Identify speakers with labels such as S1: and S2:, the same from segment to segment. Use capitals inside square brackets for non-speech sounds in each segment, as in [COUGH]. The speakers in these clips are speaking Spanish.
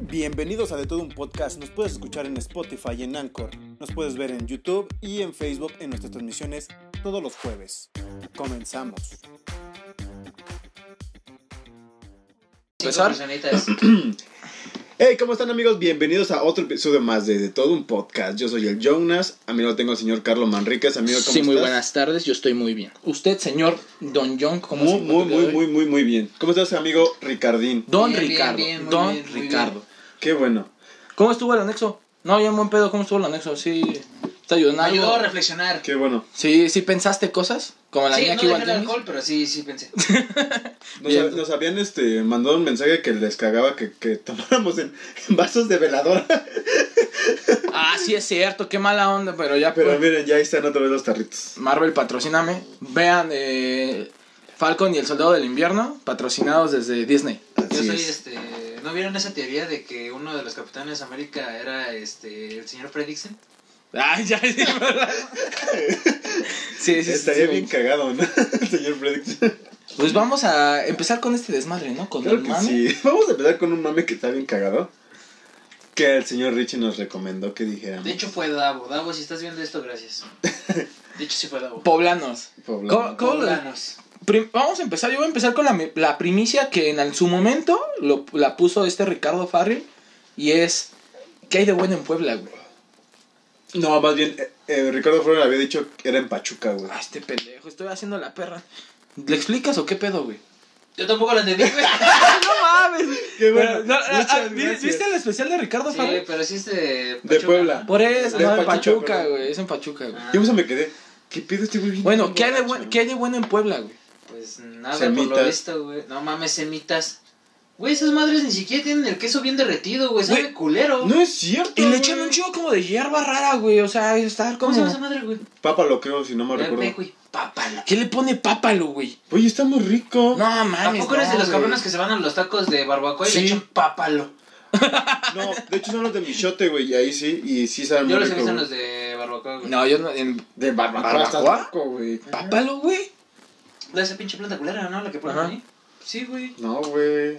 S1: Bienvenidos a De Todo Un Podcast. Nos puedes escuchar en Spotify y en Anchor. Nos puedes ver en YouTube y en Facebook en nuestras transmisiones todos los jueves. Comenzamos.
S2: Cinco
S3: ¿Empezar? [CLEARS THROAT]
S2: personitas.
S3: Hey, ¿cómo están amigos? Bienvenidos a otro episodio más de, De Todo Un Podcast. Yo soy el Jonas, a mi lado tengo al señor Carlos Manríquez, amigo, ¿cómo
S4: Sí, muy
S3: estás?
S4: buenas tardes, yo estoy muy bien. Usted, señor Don John, ¿cómo
S3: Muy,
S4: se
S3: muy,
S4: encuentra
S3: muy,
S4: hoy?
S3: muy, muy, muy bien. ¿Cómo estás, amigo Ricardín?
S4: Don
S2: Bien, bien,
S4: Ricardo,
S2: bien, muy
S4: Don
S2: bien, muy
S4: Ricardo.
S2: bien.
S3: Qué bueno.
S4: ¿Cómo estuvo el anexo? No, bien buen pedo, ¿cómo estuvo el anexo? Sí, ¿te ayudó en
S2: Me ayudó a
S4: algo?
S2: reflexionar.
S3: Qué bueno.
S4: Sí, sí pensaste cosas, como la
S2: Sí,
S4: niña
S2: no
S4: que iba
S2: dejé
S4: al
S2: el
S4: tenis.
S2: alcohol, pero sí, sí
S3: [LAUGHS]
S2: pensé.
S3: Nos,
S4: Bien.
S3: hab- nos habían este, mandado un mensaje que les cagaba que, que tomáramos en, en vasos de veladora. [LAUGHS]
S4: Ah, sí es cierto, qué mala onda, pero ya
S3: Pero
S4: pues,
S3: miren, ya ahí están otra vez los tarritos.
S4: Marvel patrocíname. Vean eh, Falcon y el Soldado del Invierno, patrocinados desde Disney.
S2: Yo
S3: Así
S2: soy
S3: es.
S2: este. ¿No vieron esa teoría de que uno de los capitanes América era este el señor Fred Dixon?
S4: Ay, ya sí, [LAUGHS] ¿verdad? Sí, sí, sí,
S3: Estaría
S4: sí.
S3: bien cagado, ¿no? [LAUGHS] señor Prediction.
S4: Pues vamos a empezar con este desmadre, ¿no? Con
S3: Claro
S4: el
S3: que
S4: mame.
S3: sí. Vamos a empezar con un mame que está bien cagado. Que el señor Richie nos recomendó que dijéramos.
S2: De hecho, fue Davo. Davo, si estás viendo esto,
S3: [LAUGHS]
S2: gracias. De hecho, sí fue Davo.
S4: Poblanos.
S3: Poblano.
S4: ¿Cómo- cómo lo-
S2: Poblanos.
S4: Prim- vamos a empezar, yo voy a empezar con la, mi- la primicia que en, al- su momento lo, la puso este Ricardo Farril y es ¿Qué hay de bueno en Puebla, güey?
S3: No, más bien, eh, eh, Ricardo Flores había dicho que era en Pachuca, güey.
S4: Ah, este pendejo, estoy haciendo la perra. ¿Le explicas o qué pedo, güey?
S2: Yo tampoco lo entendí,
S3: [LAUGHS]
S2: güey.
S4: no mames.
S3: Qué bueno,
S4: Pero, no, ah,
S3: muchas
S4: ah, ¿vi-
S3: gracias.
S4: ¿Viste el especial de Ricardo
S2: Sí,
S4: Farril?
S2: pero sí este.
S3: De Puebla.
S4: Por eso,
S3: Es
S4: no,
S3: Pachuca,
S4: en Pachuca,
S3: perdón.
S4: güey, es en Pachuca, güey.
S2: Ah,
S3: Yo me me quedé. ¿Qué pedo este güey? bien
S4: Bueno, ¿qué hay, de
S3: borracho?
S4: buen- ¿qué hay de bueno en Puebla, güey?
S2: Pues nada, por
S3: Semitas.
S2: lo visto, güey. No mames, semitas. Güey, esas madres ni siquiera tienen el queso bien derretido, güey. Sabe
S4: Güey,
S2: culero.
S3: No es cierto.
S4: Y le
S3: güey.
S4: echan un chico como de hierba rara, güey, o sea, estar
S2: ¿Cómo
S4: como...
S2: se llama esa madre, güey?
S3: Papa lo creo, si no me
S2: El
S3: recuerdo.
S2: pecuy. Papala.
S4: ¿Qué le pone pápalo, güey?
S3: Oye, está muy rico. No,
S4: No, mames,
S2: Tampoco eres
S4: no,
S2: de los
S4: güey.
S2: cabrones que se van a los tacos de barbacoa y le
S3: Sí.
S2: echan pápalo.
S3: de hecho son los de Michote, güey. Y ahí sí, y sí saben
S2: Yo
S3: muy
S2: los he
S3: rico.
S2: visto en
S3: güey.
S2: los de barbacoa, güey.
S4: No, yo no. En
S3: De barbacoa. está
S4: ¿Barbacoa?
S3: rico, güey.
S4: Pápalo, güey.
S2: La esa pinche planta culera, ¿no? La que ponen
S4: Ajá.
S2: ahí. Sí, güey.
S3: No, güey.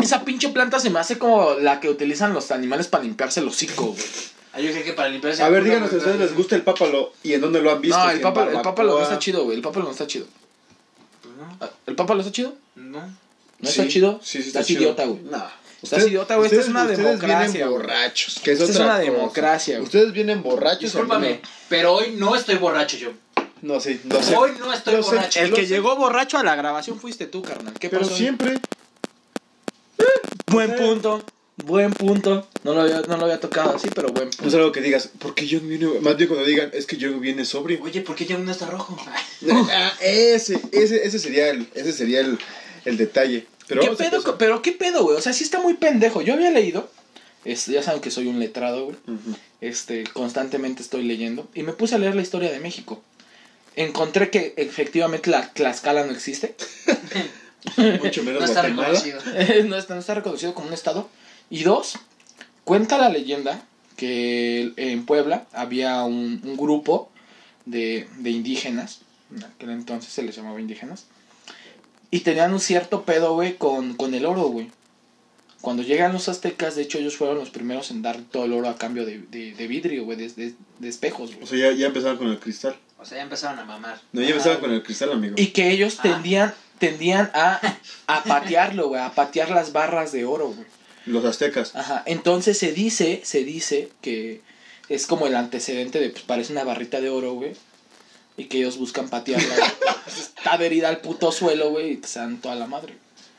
S4: Esa pinche planta se me hace como la que utilizan los animales para limpiarse el
S3: [LAUGHS]
S4: hocico, güey.
S2: Ah, yo creo que para limpiarse.
S3: A
S2: el
S3: ver,
S2: culo,
S3: díganos si a
S2: güey,
S3: ustedes les gusta el pápalo y en dónde lo han visto.
S4: No,
S3: si
S4: el
S3: en
S4: pápalo, el
S3: barbacoa.
S4: pápalo no está chido, güey. El pápalo no está chido.
S2: Pues no,
S4: Ah, ¿El pápalo está chido?
S2: no.
S4: ¿No
S3: Sí,
S4: está chido?
S3: Sí, sí, está
S4: Estás
S3: chido.
S4: idiota, güey.
S3: No.
S4: Estás idiota, güey. Esta es una
S3: ustedes vienen
S4: democracia, güey.
S3: borrachos. Que es
S4: Esta es
S3: otra
S4: una
S3: cosa.
S4: democracia, güey.
S3: Ustedes vienen borrachos.
S2: Discúlpame, pero hoy no estoy borracho yo.
S3: a mí No, No, sí, no sé.
S2: Hoy no estoy
S3: Yo sé-
S2: borracho.
S4: El
S3: Lo
S4: que
S3: sé.
S4: llegó borracho a la grabación fuiste tú, carnal. ¿Qué
S3: Pero
S4: pasó?
S3: siempre.
S4: Buen punto. Buen punto. No lo había, no lo había tocado así, pero buen
S3: No es
S4: punto.
S3: algo que digas, ¿por qué yo viene? Más bien cuando digan, es que yo viene sobrio.
S2: Oye, ¿por qué ya uno está rojo?
S3: Ah, ese, ese, ese sería el, ese sería el, el detalle. Pero
S4: ¿Qué
S3: vamos a
S4: pedo,
S3: empezar.
S4: co- pero qué pedo, güey. O sea, sí está muy pendejo. Yo había leído. este, ya saben que soy un letrado, güey.
S3: Ujú.
S4: este, constantemente estoy leyendo. Y me puse a leer la historia de México. Encontré que efectivamente la Tlaxcala no existe. [LAUGHS]
S3: Mucho menos
S2: No está
S3: Guatemala.
S2: reconocido.
S4: no, está, no está reconocido como un estado. Y dos, cuenta la leyenda que en Puebla había un, un grupo de, de indígenas. En aquel entonces se les llamaba indígenas. Y tenían un cierto pedo, güey, con, con el oro, güey. Cuando llegan los aztecas, de hecho, ellos fueron los primeros en dar todo el oro a cambio de, de- de vidrio, güey, de, de- de espejos, güey.
S3: O sea, ya, ya empezaron con el cristal.
S2: O sea, ya empezaron a mamar.
S3: No, ya empezaron con el cristal, amigo.
S4: Y que ellos
S2: Ah.
S4: tendían, tendían a, a patearlo, güey, a patear las barras de oro, güey.
S3: Los aztecas.
S4: Ajá, entonces se dice, se dice que es como el antecedente de, pues parece una barrita de oro, güey. Y que ellos buscan patearla, güey.
S2: [LAUGHS]
S4: Pues, Está adherida al puto suelo, güey, y se dan toda la madre.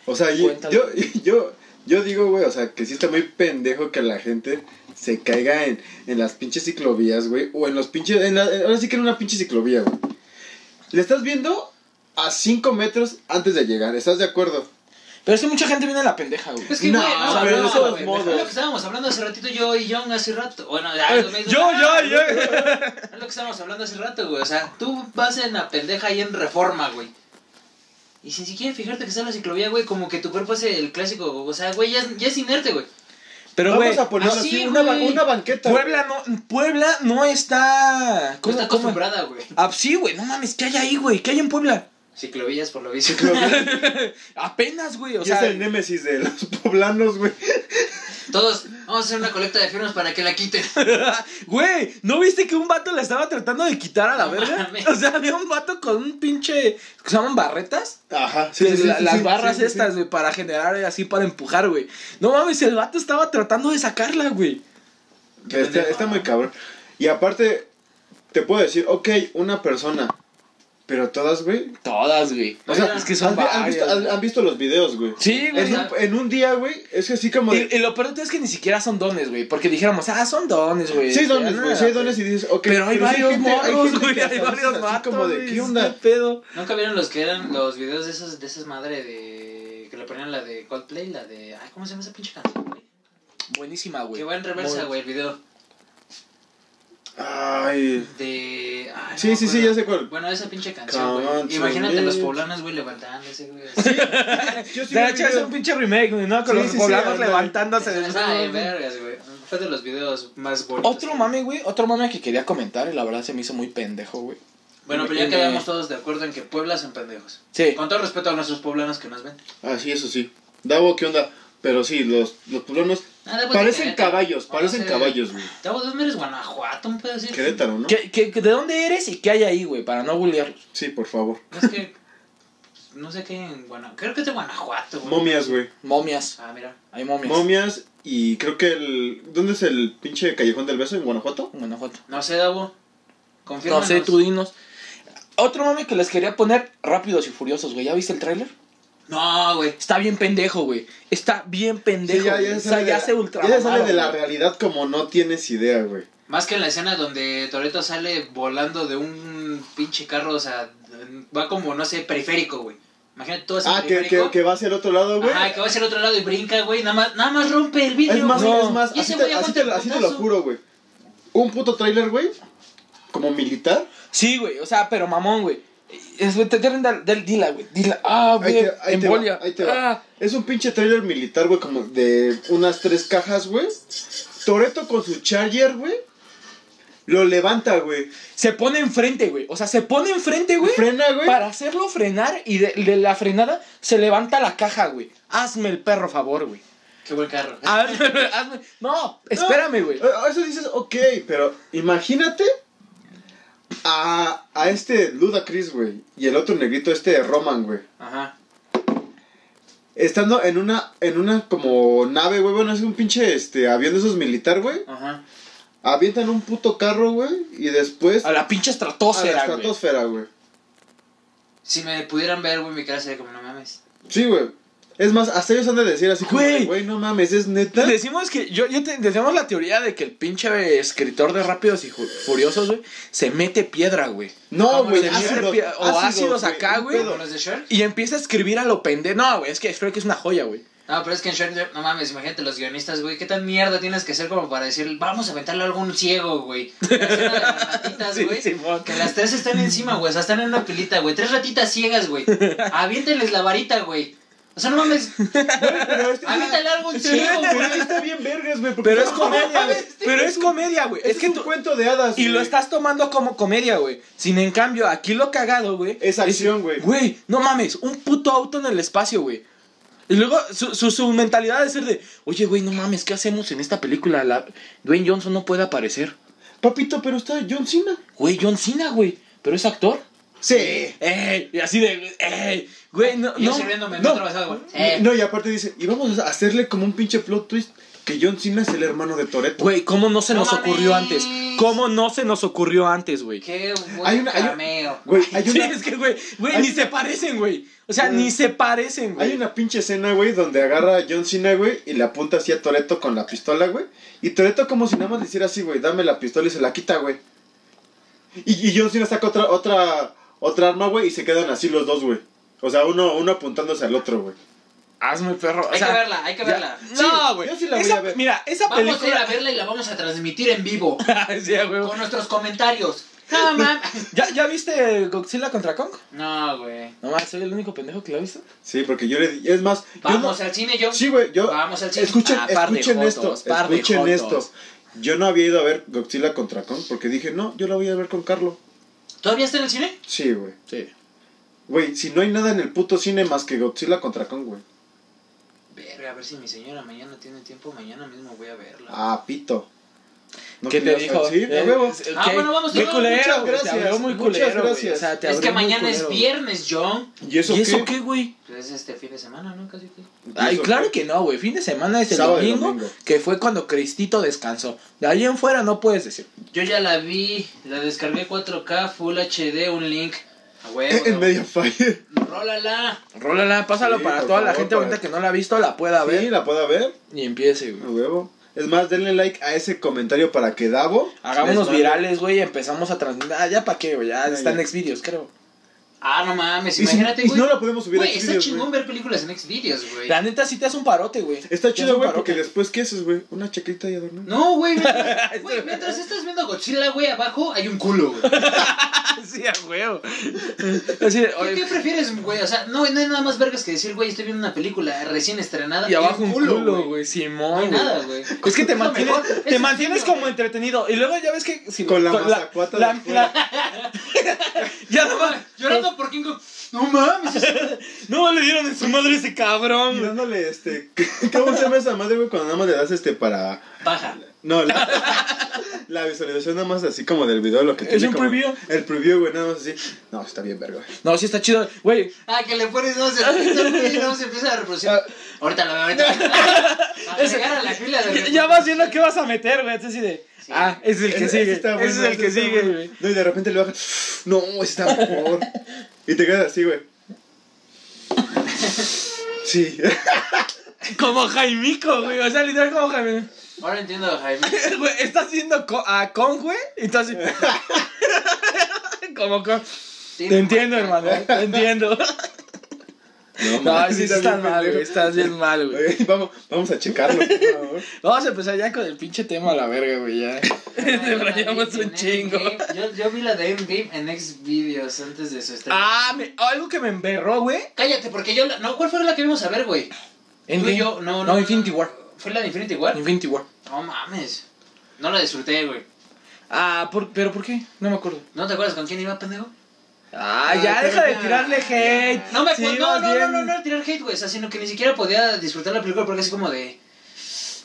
S3: O sea, yo,
S4: Cuéntalo.
S3: yo, [LAUGHS] yo, yo digo, güey, o sea, que sí está muy pendejo que la gente se caiga en, en las pinches ciclovías, güey, o en los pinches, en la- ahora sí que en una pinche ciclovía, güey. Le estás viendo a 5 metros antes de llegar, ¿estás de acuerdo?
S4: Pero es que mucha gente viene a la pendeja, güey.
S2: Es que,
S3: No,
S2: güey, no,
S3: pero
S2: pero
S3: de
S2: no,
S3: todos
S2: güey,
S3: modos.
S2: Es lo que estábamos hablando hace ratito yo y John hace rato. Bueno,
S3: Eh,
S2: ya, lo mismo. Es lo que estábamos hablando hace rato, güey. O sea, tú vas en la pendeja ahí en reforma, güey. Y sin siquiera fijarte que está en la ciclovía, güey, como que tu cuerpo es el clásico, o sea, güey, ya, es- ya es inerte, güey.
S4: Pero,
S3: Vamos
S4: güey,
S3: a ponerlo
S2: así,
S3: así, una, ba-
S2: güey.
S3: una banqueta. [LAUGHS]
S4: Puebla no, Puebla no está...
S2: No
S4: ¿cómo-
S2: está
S4: cómo?
S2: acostumbrada, güey.
S4: Ah, sí, güey, no mames, ¿qué hay ahí, güey? ¿Qué hay en Puebla?
S2: Ciclovías, por lo visto.
S3: [LAUGHS] güey.
S4: Apenas, güey,
S3: Y
S4: o sea...
S3: [LAUGHS] es el némesis de los poblanos, güey.
S2: Todos, vamos a hacer una colecta de firmas para que la quiten.
S5: [LAUGHS] Güey, ¿no viste que un vato la estaba tratando de quitar a la
S2: No
S5: verga?
S2: mames.
S5: O sea, había un vato con un pinche. ¿Se llaman barretas?
S3: Ajá, sí,
S5: De-
S3: sí, sí,
S5: la-
S3: sí,
S5: las
S3: sí,
S5: barras
S3: sí, sí.
S5: estas, güey, para generar eh, así, para empujar, güey. No mames, el vato estaba tratando de sacarla, güey.
S3: Que está, está muy cabrón. Y aparte, te puedo decir, ok, una persona. Pero todas, güey.
S5: Todas, güey.
S3: O sea,
S2: Oigan,
S5: es que son
S3: ¿han, vi- han
S5: varias,
S3: visto, han- han visto los videos, güey.
S5: Sí, güey.
S3: En un, en un día, güey, es así como. de-
S5: Y, y lo peor es que ni siquiera son dones, güey. Porque dijéramos, ah, son dones, güey.
S3: Sí hay dones,
S5: Ah,
S3: güey, sí hay dones y dices, ok.
S5: Pero hay varios
S3: gente- hay
S5: morros,
S3: gente
S5: güey.
S3: que
S5: Hay
S3: hasta
S5: varios
S3: así
S5: vatos.
S3: como de,
S5: güey,
S3: ¿qué onda?
S5: ¿Qué pedo?
S2: ¿Nunca vieron los que eran los videos de esas, de esas madre de. que le ponían la de Coldplay, la de. Ay, ¿cómo se llama esa pinche canción, güey?
S5: Buenísima, güey.
S2: Que va en reversa,
S5: Muy-
S2: güey, el video.
S3: Ay.
S2: De. ay, no
S3: Sí,
S2: me
S3: sí, sí,
S2: acuerdo.
S3: ya sé cuál.
S2: Bueno, esa pinche canción,
S3: Canción.
S2: güey. Imagínate a los poblanos, güey, levantándose, güey. así.
S3: Yo
S5: De hecho, es un pinche remake, güey, ¿no? Con
S3: Sí,
S5: los
S3: sí, sí,
S5: poblanos
S3: ándale.
S5: levantándose. de-
S2: Está en vergas, güey. Fue de los videos más bonitos.
S4: Otro mame, güey, otro mame que quería comentar y la verdad se me hizo muy pendejo, güey.
S2: Bueno, pero ya
S4: Me-
S2: quedamos todos de acuerdo en que Puebla son pendejos.
S4: Sí.
S2: Con todo respeto a nuestros poblanos que nos ven.
S3: Ah, sí, eso sí. Davo, ¿qué onda? Pero sí, los, los poblanos
S2: Ah, Davo es de
S3: parecen
S2: Querétaro.
S3: caballos,
S2: No,
S3: parecen
S2: no sé.
S3: caballos, güey.
S2: Davo, ¿de dónde eres? Guanajuato, un pedo así.
S3: Querétaro, ¿no?
S4: ¿Qué- qué- de dónde eres y qué hay ahí, güey? Para no bullearlos.
S3: Sí, por favor.
S2: No, Es que. No sé qué en Guanajuato. Creo que es de Guanajuato, güey.
S3: Momias, güey.
S4: Momias.
S2: Ah, mira.
S4: Hay momias.
S3: Momias y creo que el... ¿Dónde es el pinche callejón del beso? ¿En Guanajuato?
S4: En Guanajuato.
S2: No sé, Davo. Confirma.
S4: No sé, tú dinos. Otro mame que les quería poner, Rápidos y Furiosos, güey. ¿Ya viste el tráiler?
S2: No, güey.
S4: Está bien pendejo, güey. Está bien pendejo.
S3: Sí,
S4: güey. O sea,
S3: de
S4: ya
S3: la-
S4: se ultra
S3: ya sale de la
S4: mamaron,
S3: realidad como no tienes idea, güey.
S2: Más que en la escena donde Toreto sale volando de un pinche carro, o sea, va como, no sé, periférico, güey. Imagínate todo ese
S3: Ah, que,
S2: periférico.
S3: que, que va hacia el otro lado, güey.
S2: Ajá, que va hacia el otro lado y brinca, güey. Nada más, nada más rompe el vidrio.
S3: Es más,
S2: güey.
S3: es más,
S2: Y
S3: así
S2: ese güey
S3: te, así
S2: aguanta
S3: te-
S2: el
S3: así te lo
S2: putazo.
S3: juro, güey. Un puto trailer, güey, como militar.
S4: güey. Sí, güey. O sea, pero mamón, güey. Es, güey, te dieron del, del- dila, güey. Dila. Ah,
S3: Ahí
S4: güey.
S3: te- ahí te va,
S4: Embolia.
S3: ahí te va.
S4: Ah.
S3: Es un pinche trailer militar, güey, como de unas tres cajas, güey. Toreto con su charger, güey. Lo levanta, güey.
S4: Se pone enfrente, güey. O sea, se pone enfrente, güey.
S3: Frena, güey. Ah,
S4: Para hacerlo frenar y de, de la frenada se levanta la caja, güey. Hazme el perro favor, güey.
S2: Qué buen carro. ¿eh?
S4: Hazme, [LAUGHS] hazme- No, espérame, güey.
S3: Eh, Eso dices, ok, pero imagínate a, a este Ludacris, güey. Y el otro negrito, este Roman, güey.
S2: Ajá.
S3: Estando en una, en una como nave, güey, bueno, es un pinche este, avión de esos militar, güey.
S2: Ajá.
S3: Avientan un puto carro, güey, y después
S4: A la
S3: a
S4: pinche
S3: la
S4: estratosfera, güey.
S3: estratosfera, güey.
S2: Si me pudieran ver, güey, mi cara sería como, no mames.
S3: Sí, güey. Es más, hasta ellos han de decir así como,
S4: Güey.
S3: de, güey, no mames, es neta.
S4: Decimos que yo, yo te- decíamos la teoría de que el pinche escritor de Rápidos y Ju- Furiosos, güey, se mete piedra, güey.
S3: No,
S2: Como
S3: güey,
S2: se
S4: mide
S3: ácidos,
S4: pie- o ácidos acá,
S3: un
S4: güey.
S3: pedo.
S2: ¿Como los de Shrek?
S4: Y empieza a escribir a lo pendejo. No, güey, es que Shrek es una joya, güey.
S2: No, pero es que en Shrek, no mames, imagínate los guionistas, güey. ¿Qué tan mierda tienes que ser como para decir, vamos a aventarle a algún ciego, güey? La escena de las ratitas,
S4: Sí,
S2: güey.
S4: Simón.
S2: que las tres están encima, güey. O sea, están en una pilita, güey. Tres ratitas ciegas, güey. Aviéntenles la varita, güey. O sea, no mames.
S3: [LAUGHS] Pero este-
S2: Aviéntale a algún ciego,
S3: Pero
S2: güey.
S3: este está bien vergas, güey. porque-
S4: Ah. Pero es
S3: No este
S4: comedia,
S3: mames,
S4: güey. Pero es comedia, güey.
S3: este
S4: Es que
S3: es un
S4: tú...
S3: cuento de hadas,
S4: Y lo
S3: güey.
S4: estás tomando como comedia, güey. Sin en cambio, aquí lo cagado, güey.
S3: Es acción, güey.
S4: Güey, no mames, un puto auto en el espacio, güey. Y luego su, su, su mentalidad de ser de, oye, güey, no mames, ¿qué hacemos en esta película? La... Dwayne Johnson no puede aparecer.
S3: Papito, pero está John Cena.
S4: Güey, John Cena, güey. Pero es actor.
S3: Sí.
S4: ¡Ey! Y así de, ¡ey! Güey, no.
S2: Y yo
S4: no.
S2: sirviéndome
S3: no.
S2: no. atravesado, güey. Eh,
S3: No, y aparte dice, y vamos a hacerle como un pinche plot twist que John Cena es el hermano de Toreto.
S4: Güey, ¿cómo no se
S2: No
S4: nos ocurrió
S2: mames.
S4: antes? ¿Cómo no se nos ocurrió antes, güey?
S2: Qué buen
S3: Hay una- hay una-
S2: cameo.
S3: Güey, hay
S4: Sí,
S3: una,
S4: es que, güey, güey,
S3: hay-
S4: ni se parecen, güey. O sea, ni se parecen, güey.
S3: hay una pinche escena, güey, donde agarra a John Cena, güey, y le apunta así a Toreto con la pistola, güey. Y Toreto como si nada más le hiciera así, güey, dame la pistola y se la quita, güey. Y, y John Cena saca otra, otra, otra arma, güey, y se quedan así los dos, güey. O sea, uno, uno apuntándose al otro, güey.
S4: Hazme perro. o
S2: Hay
S4: sea,
S2: que verla, hay que
S4: ya-
S2: verla.
S4: No, güey.
S3: yo sí la voy
S4: Esa-
S3: a ver.
S4: Mira, esa
S2: Vamos a ir
S4: [LAUGHS] película.
S2: a verla y la vamos a transmitir en vivo.
S4: Ah, Sí, güey.
S2: Con nuestros comentarios. No, mames.
S4: ¿Ya, ¿Ya viste Godzilla contra Kong?
S2: [LAUGHS] No, güey.
S4: No mames, soy el único pendejo que lo ha visto.
S3: Sí, porque yo le di, es más, yo no-
S2: Vamos al cine, yo.
S3: Sí, güey, yo.
S2: Vamos al cine.
S3: Escuchen,
S4: Ah, par de
S3: escuchen
S4: jotos,
S3: esto.
S4: par de
S3: Escuchen
S4: jotos.
S3: esto. Yo no había ido a ver Godzilla contra Kong porque dije, no, yo la voy a ver con Carlo.
S2: ¿Todavía está en el cine?
S3: Sí, güey.
S4: Sí.
S3: Güey, si no hay nada en el puto cine más que Godzilla contra Kong, güey.
S2: Verga, a ver si mi señora mañana tiene tiempo, mañana mismo voy a verla.
S3: Ah, pito. ¿No
S4: ¿Qué te
S3: querías
S4: dijo?
S3: decir?
S4: Eh,
S3: a huevo.
S4: es-
S2: Ah,
S4: qué-
S2: bueno, vamos,
S4: Qué
S2: no,
S4: culero,
S3: muchas
S4: güey. Te
S3: gracias,
S4: abrió muy
S3: muchas
S4: culero, güey.
S3: gracias.
S4: O sea, te
S2: es
S4: abrió
S2: que
S4: muy
S2: mañana es
S4: culero, güey.
S2: viernes, John.
S3: ¿Y eso,
S4: ¿Y eso
S3: qué?
S4: qué, güey?
S2: Pues es este fin de semana, ¿no? Casi que.
S4: Ay,
S3: eso
S4: claro
S3: qué?
S4: que no, güey. Fin de semana es el
S3: Sábado y
S4: domingo,
S3: domingo.
S4: que fue cuando Cristito descansó. De ahí en fuera no puedes decir.
S2: Yo ya la vi, la descargué 4K, Full HD, un link. A
S3: [LAUGHS]
S2: huevo.
S3: En medio fire.
S2: Rólala.
S4: Rólala, pásalo
S3: Sí,
S4: para
S3: por
S4: toda la
S3: favor,
S4: gente
S3: para-
S4: ahorita que no la ha visto, la pueda
S3: Sí,
S4: ver
S3: la puedo ver.
S4: y empiece,
S3: A
S4: güey.
S3: huevo. Es más, denle like a ese comentario para que Davo. les
S4: Hagámonos
S3: mande-
S4: virales, güey, y empezamos a transmitir. Ah, ya para qué, güey. Ya
S3: Ya,
S4: está en
S3: ya.
S4: Xvideos, creo.
S2: Ah, no mames,
S3: Y si- y
S2: imagínate,
S3: si
S2: güey.
S3: no la podemos subir a
S2: Güey, está
S3: Xvideos,
S2: chingón
S3: güey.
S2: ver películas en Xvideos, güey.
S4: La neta sí te hace un parote, güey. Te
S3: Está
S4: hace
S3: chido,
S4: un
S3: güey,
S4: parote.
S3: porque después, ¿qué haces, güey? Una chaquita y a dormir.
S2: No, güey,
S4: [LAUGHS]
S2: mientras, güey, mientras estás viendo Godzilla, güey, abajo hay un culo, güey.
S4: [LAUGHS] Sí, a huevo. [LAUGHS] Así de,
S2: ¿Qué,
S4: oye,
S2: qué prefieres, güey? O sea, no, no hay nada más vergas que decir, güey, estoy viendo una película recién estrenada.
S4: y abajo un culo,
S2: güey.
S4: güey.
S2: No hay
S4: Simón,
S2: nada, güey.
S4: güey. Es que te
S2: Es lo
S4: mantienes,
S2: mejor, es
S4: te
S2: el
S4: mantienes
S2: cine,
S4: como
S2: güey.
S4: entretenido. Y luego ya ves que. si-
S3: Con la mazacuata
S4: la-
S3: de
S4: la- [LAUGHS] Ya no más.
S2: Llorando por King Kong. No mames.
S4: No le dieron en su madre ese
S3: Y
S4: cabrón, güey.
S3: dándole este. [LAUGHS] ¿Cómo se llama esa madre, güey? Cuando nada más le das este para.
S2: Baja.
S3: No, la, la [LAUGHS] visualización nada más así como del video, lo que
S4: Es
S3: tiene.
S4: un
S3: como-
S4: preview.
S3: El preview, güey, nada más así. No, está bien, verga. güey.
S4: No, sí está chido. Güey,
S2: Ah, que le pones dos en y no se empieza a reproducir. Ahorita la veo,
S4: [LAUGHS]
S2: ahorita. A llegar a la fila
S4: ya-
S2: de.
S4: ya vas viendo qué vas a meter, güey. Así de.
S2: Sí.
S4: Ah, es el
S3: Ese-
S4: que
S3: ese
S4: sigue.
S3: está
S4: Ese es
S3: bueno,
S4: el que
S3: está
S4: sigue,
S3: bueno.
S4: güey.
S3: No, y de repente le baja. No, ese está mejor. y te quedas así, güey. Sí.
S4: Como Jaimico, güey. O sea, literal como Jaimico.
S2: Ahora entiendo a Jaime.
S4: [LAUGHS] Güey, está haciendo co- a con, güey. Y está así. [LAUGHS] como con.
S2: Sí,
S4: Te entiendo, hermano. Te entiendo. No,
S3: mames,
S4: sí, sí
S3: está
S4: estás
S3: bien
S4: mal, güey.
S3: pendejo.
S4: Estás bien mal, güey.
S3: Oye, vamos, vamos a checarlo, por
S4: [LAUGHS]
S3: favor.
S4: [LAUGHS] Vamos a empezar ya con el pinche tema a la verga, güey. Ya. [LAUGHS] Te rayamos un chingo.
S2: Yo, yo vi la de Endgame en Xvideos antes de su estreno.
S4: Ah, me- algo que me emberró, güey.
S2: Cállate, porque yo. la- No, ¿cuál fue la que vimos a ver, güey? Tú
S4: Endgame.
S2: y yo, no, no.
S4: No, Infinity War.
S2: ¿Fue la de Infinity War?
S4: Infinity War.
S2: No mames. No la disfruté, güey.
S4: Ah, por- ¿pero por qué? No me acuerdo.
S2: ¿No te acuerdas con quién iba, pendejo?
S4: Ah, ya deja de tirarle hate.
S2: No me
S4: Sí,
S2: acuerdo, no,
S4: vas
S2: no, no,
S4: bien.
S2: no, no, tirar hate, güey, o sea, sino que ni siquiera podía disfrutar la película porque así como de,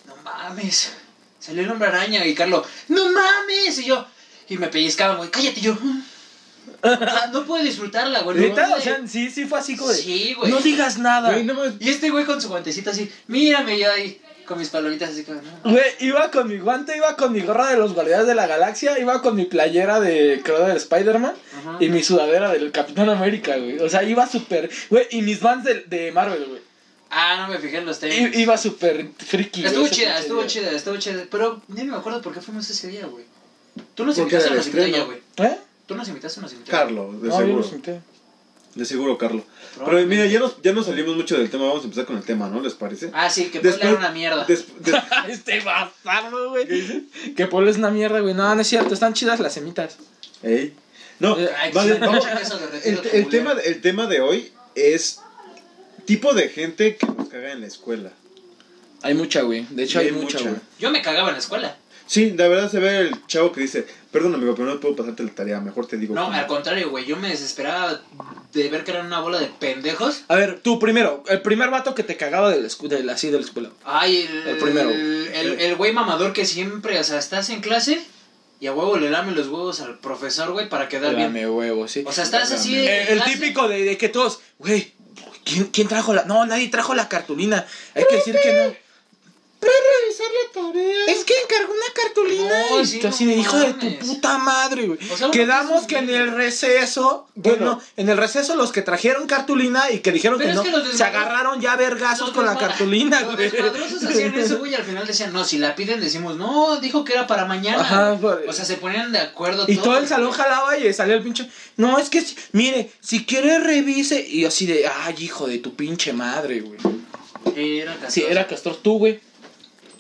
S2: no mames, salió el hombre araña y Carlos, no mames, y yo, y me pellizcaban, güey, cállate, y yo, "Mm". O sea, no pude disfrutarla, güey. no
S4: Neta,
S2: pude.
S4: o sea, sí, sí fue así como de.
S2: Sí, güey.
S4: No digas nada.
S3: Güey, no mames.
S2: Y este güey con su guantecito así, mírame yo ahí, con mis palomitas así como, no,
S4: Güey, iba con mi guante, iba con mi gorra de los guardianes de la galaxia, iba con mi playera de, creo, de Spider-Man
S2: Ajá.
S4: y mi sudadera del Capitán América, güey. O sea, iba súper, güey, y mis vans de, de Marvel, güey.
S2: ah, no me fijé en los tenis.
S4: I- Iba súper friki. güey,
S2: Estuvo
S4: ese
S2: chida,
S4: pinche
S2: estuvo
S4: día.
S2: chida, estuvo chida, pero ni me acuerdo por qué fuimos ese día, güey. Tú nos
S3: Porque era
S2: invitaste o
S3: el
S2: nos invité
S3: estreno.
S2: yo, güey.
S4: ¿Eh?
S2: Tú nos invitaste o nos invité. yo?
S3: Carlo, de
S4: No, yo lo
S3: seguro.
S4: senté.
S3: De seguro, Carlo. Pero mira, ya nos, ya nos salimos mucho del tema. Vamos a empezar con el tema, ¿no? ¿Les parece?
S2: Ah, sí, que Puebla era
S3: Después-
S2: una mierda.
S3: des- des-
S4: [LAUGHS] Este bastardo, güey. Que Pueblo es una mierda, güey. No, no es cierto, están chidas las semitas.
S3: Ey. No,
S4: Eh,
S2: Ay,
S3: vale,
S2: sí,
S3: vamos-
S2: mucho queso derretido,
S3: el, el
S2: culero.
S3: tema, el tema de hoy es tipo de gente que nos caga en la escuela.
S4: Hay mucha, güey. De hecho, hay,
S3: Bien
S4: mucha,
S3: mucha.
S4: güey.
S2: Yo me cagaba en la escuela.
S3: Sí, la verdad se ve el chavo que dice, perdón amigo, pero no puedo pasarte la tarea, mejor te digo.
S2: No,
S3: cómo".
S2: al contrario, güey. Yo me desesperaba de ver que eran una bola de pendejos.
S4: A ver, tú primero, el primer vato que te cagaba de la, escu- de la- así de la escuela.
S2: Ay, el.
S4: El primero.
S2: El el güey mamador que siempre, o sea, estás en clase y a huevo le lame los huevos al profesor, güey, para quedar bien.
S4: Dame huevo, sí.
S2: O sea, estás así.
S3: Dame.
S2: en
S4: Eh, el
S2: clase,
S4: típico de, de que todos, güey, ¿quién, quién trajo la.? No, nadie trajo la cartulina. Hay que decir que no.
S3: revisar la tarea.
S4: Es que encargó una cartulina.
S2: No,
S4: y
S2: sí,
S4: tú así
S2: no
S4: de hijo de tu
S2: mames.
S4: puta madre, güey.
S2: O sea, uno
S4: Quedamos
S2: piensa
S4: que en
S2: bien.
S4: el receso.
S3: Bueno.
S4: bueno, en el receso los que trajeron cartulina y que dijeron
S2: Pero
S4: que
S2: es
S4: no,
S2: que los
S4: se
S2: desmadrosos-
S4: agarraron ya a vergazos
S2: los
S4: con la
S2: desmadra-
S4: cartulina,
S2: Los
S4: güey.
S2: desmadrosos hacían eso,
S4: [LAUGHS]
S2: güey, y al final decían, no, si la piden, decimos, no, dijo que era para mañana.
S4: Ajá,
S2: güey.
S4: güey.
S2: O sea, se ponían de acuerdo
S4: Y todo el
S2: todos,
S4: salón
S2: güey.
S4: jalaba y salía el pinche. No, es que, si- mire, si quiere revise. Y así de, ay, hijo de tu pinche madre, güey.
S2: Era castroso.
S4: Sí, era castor tú, güey.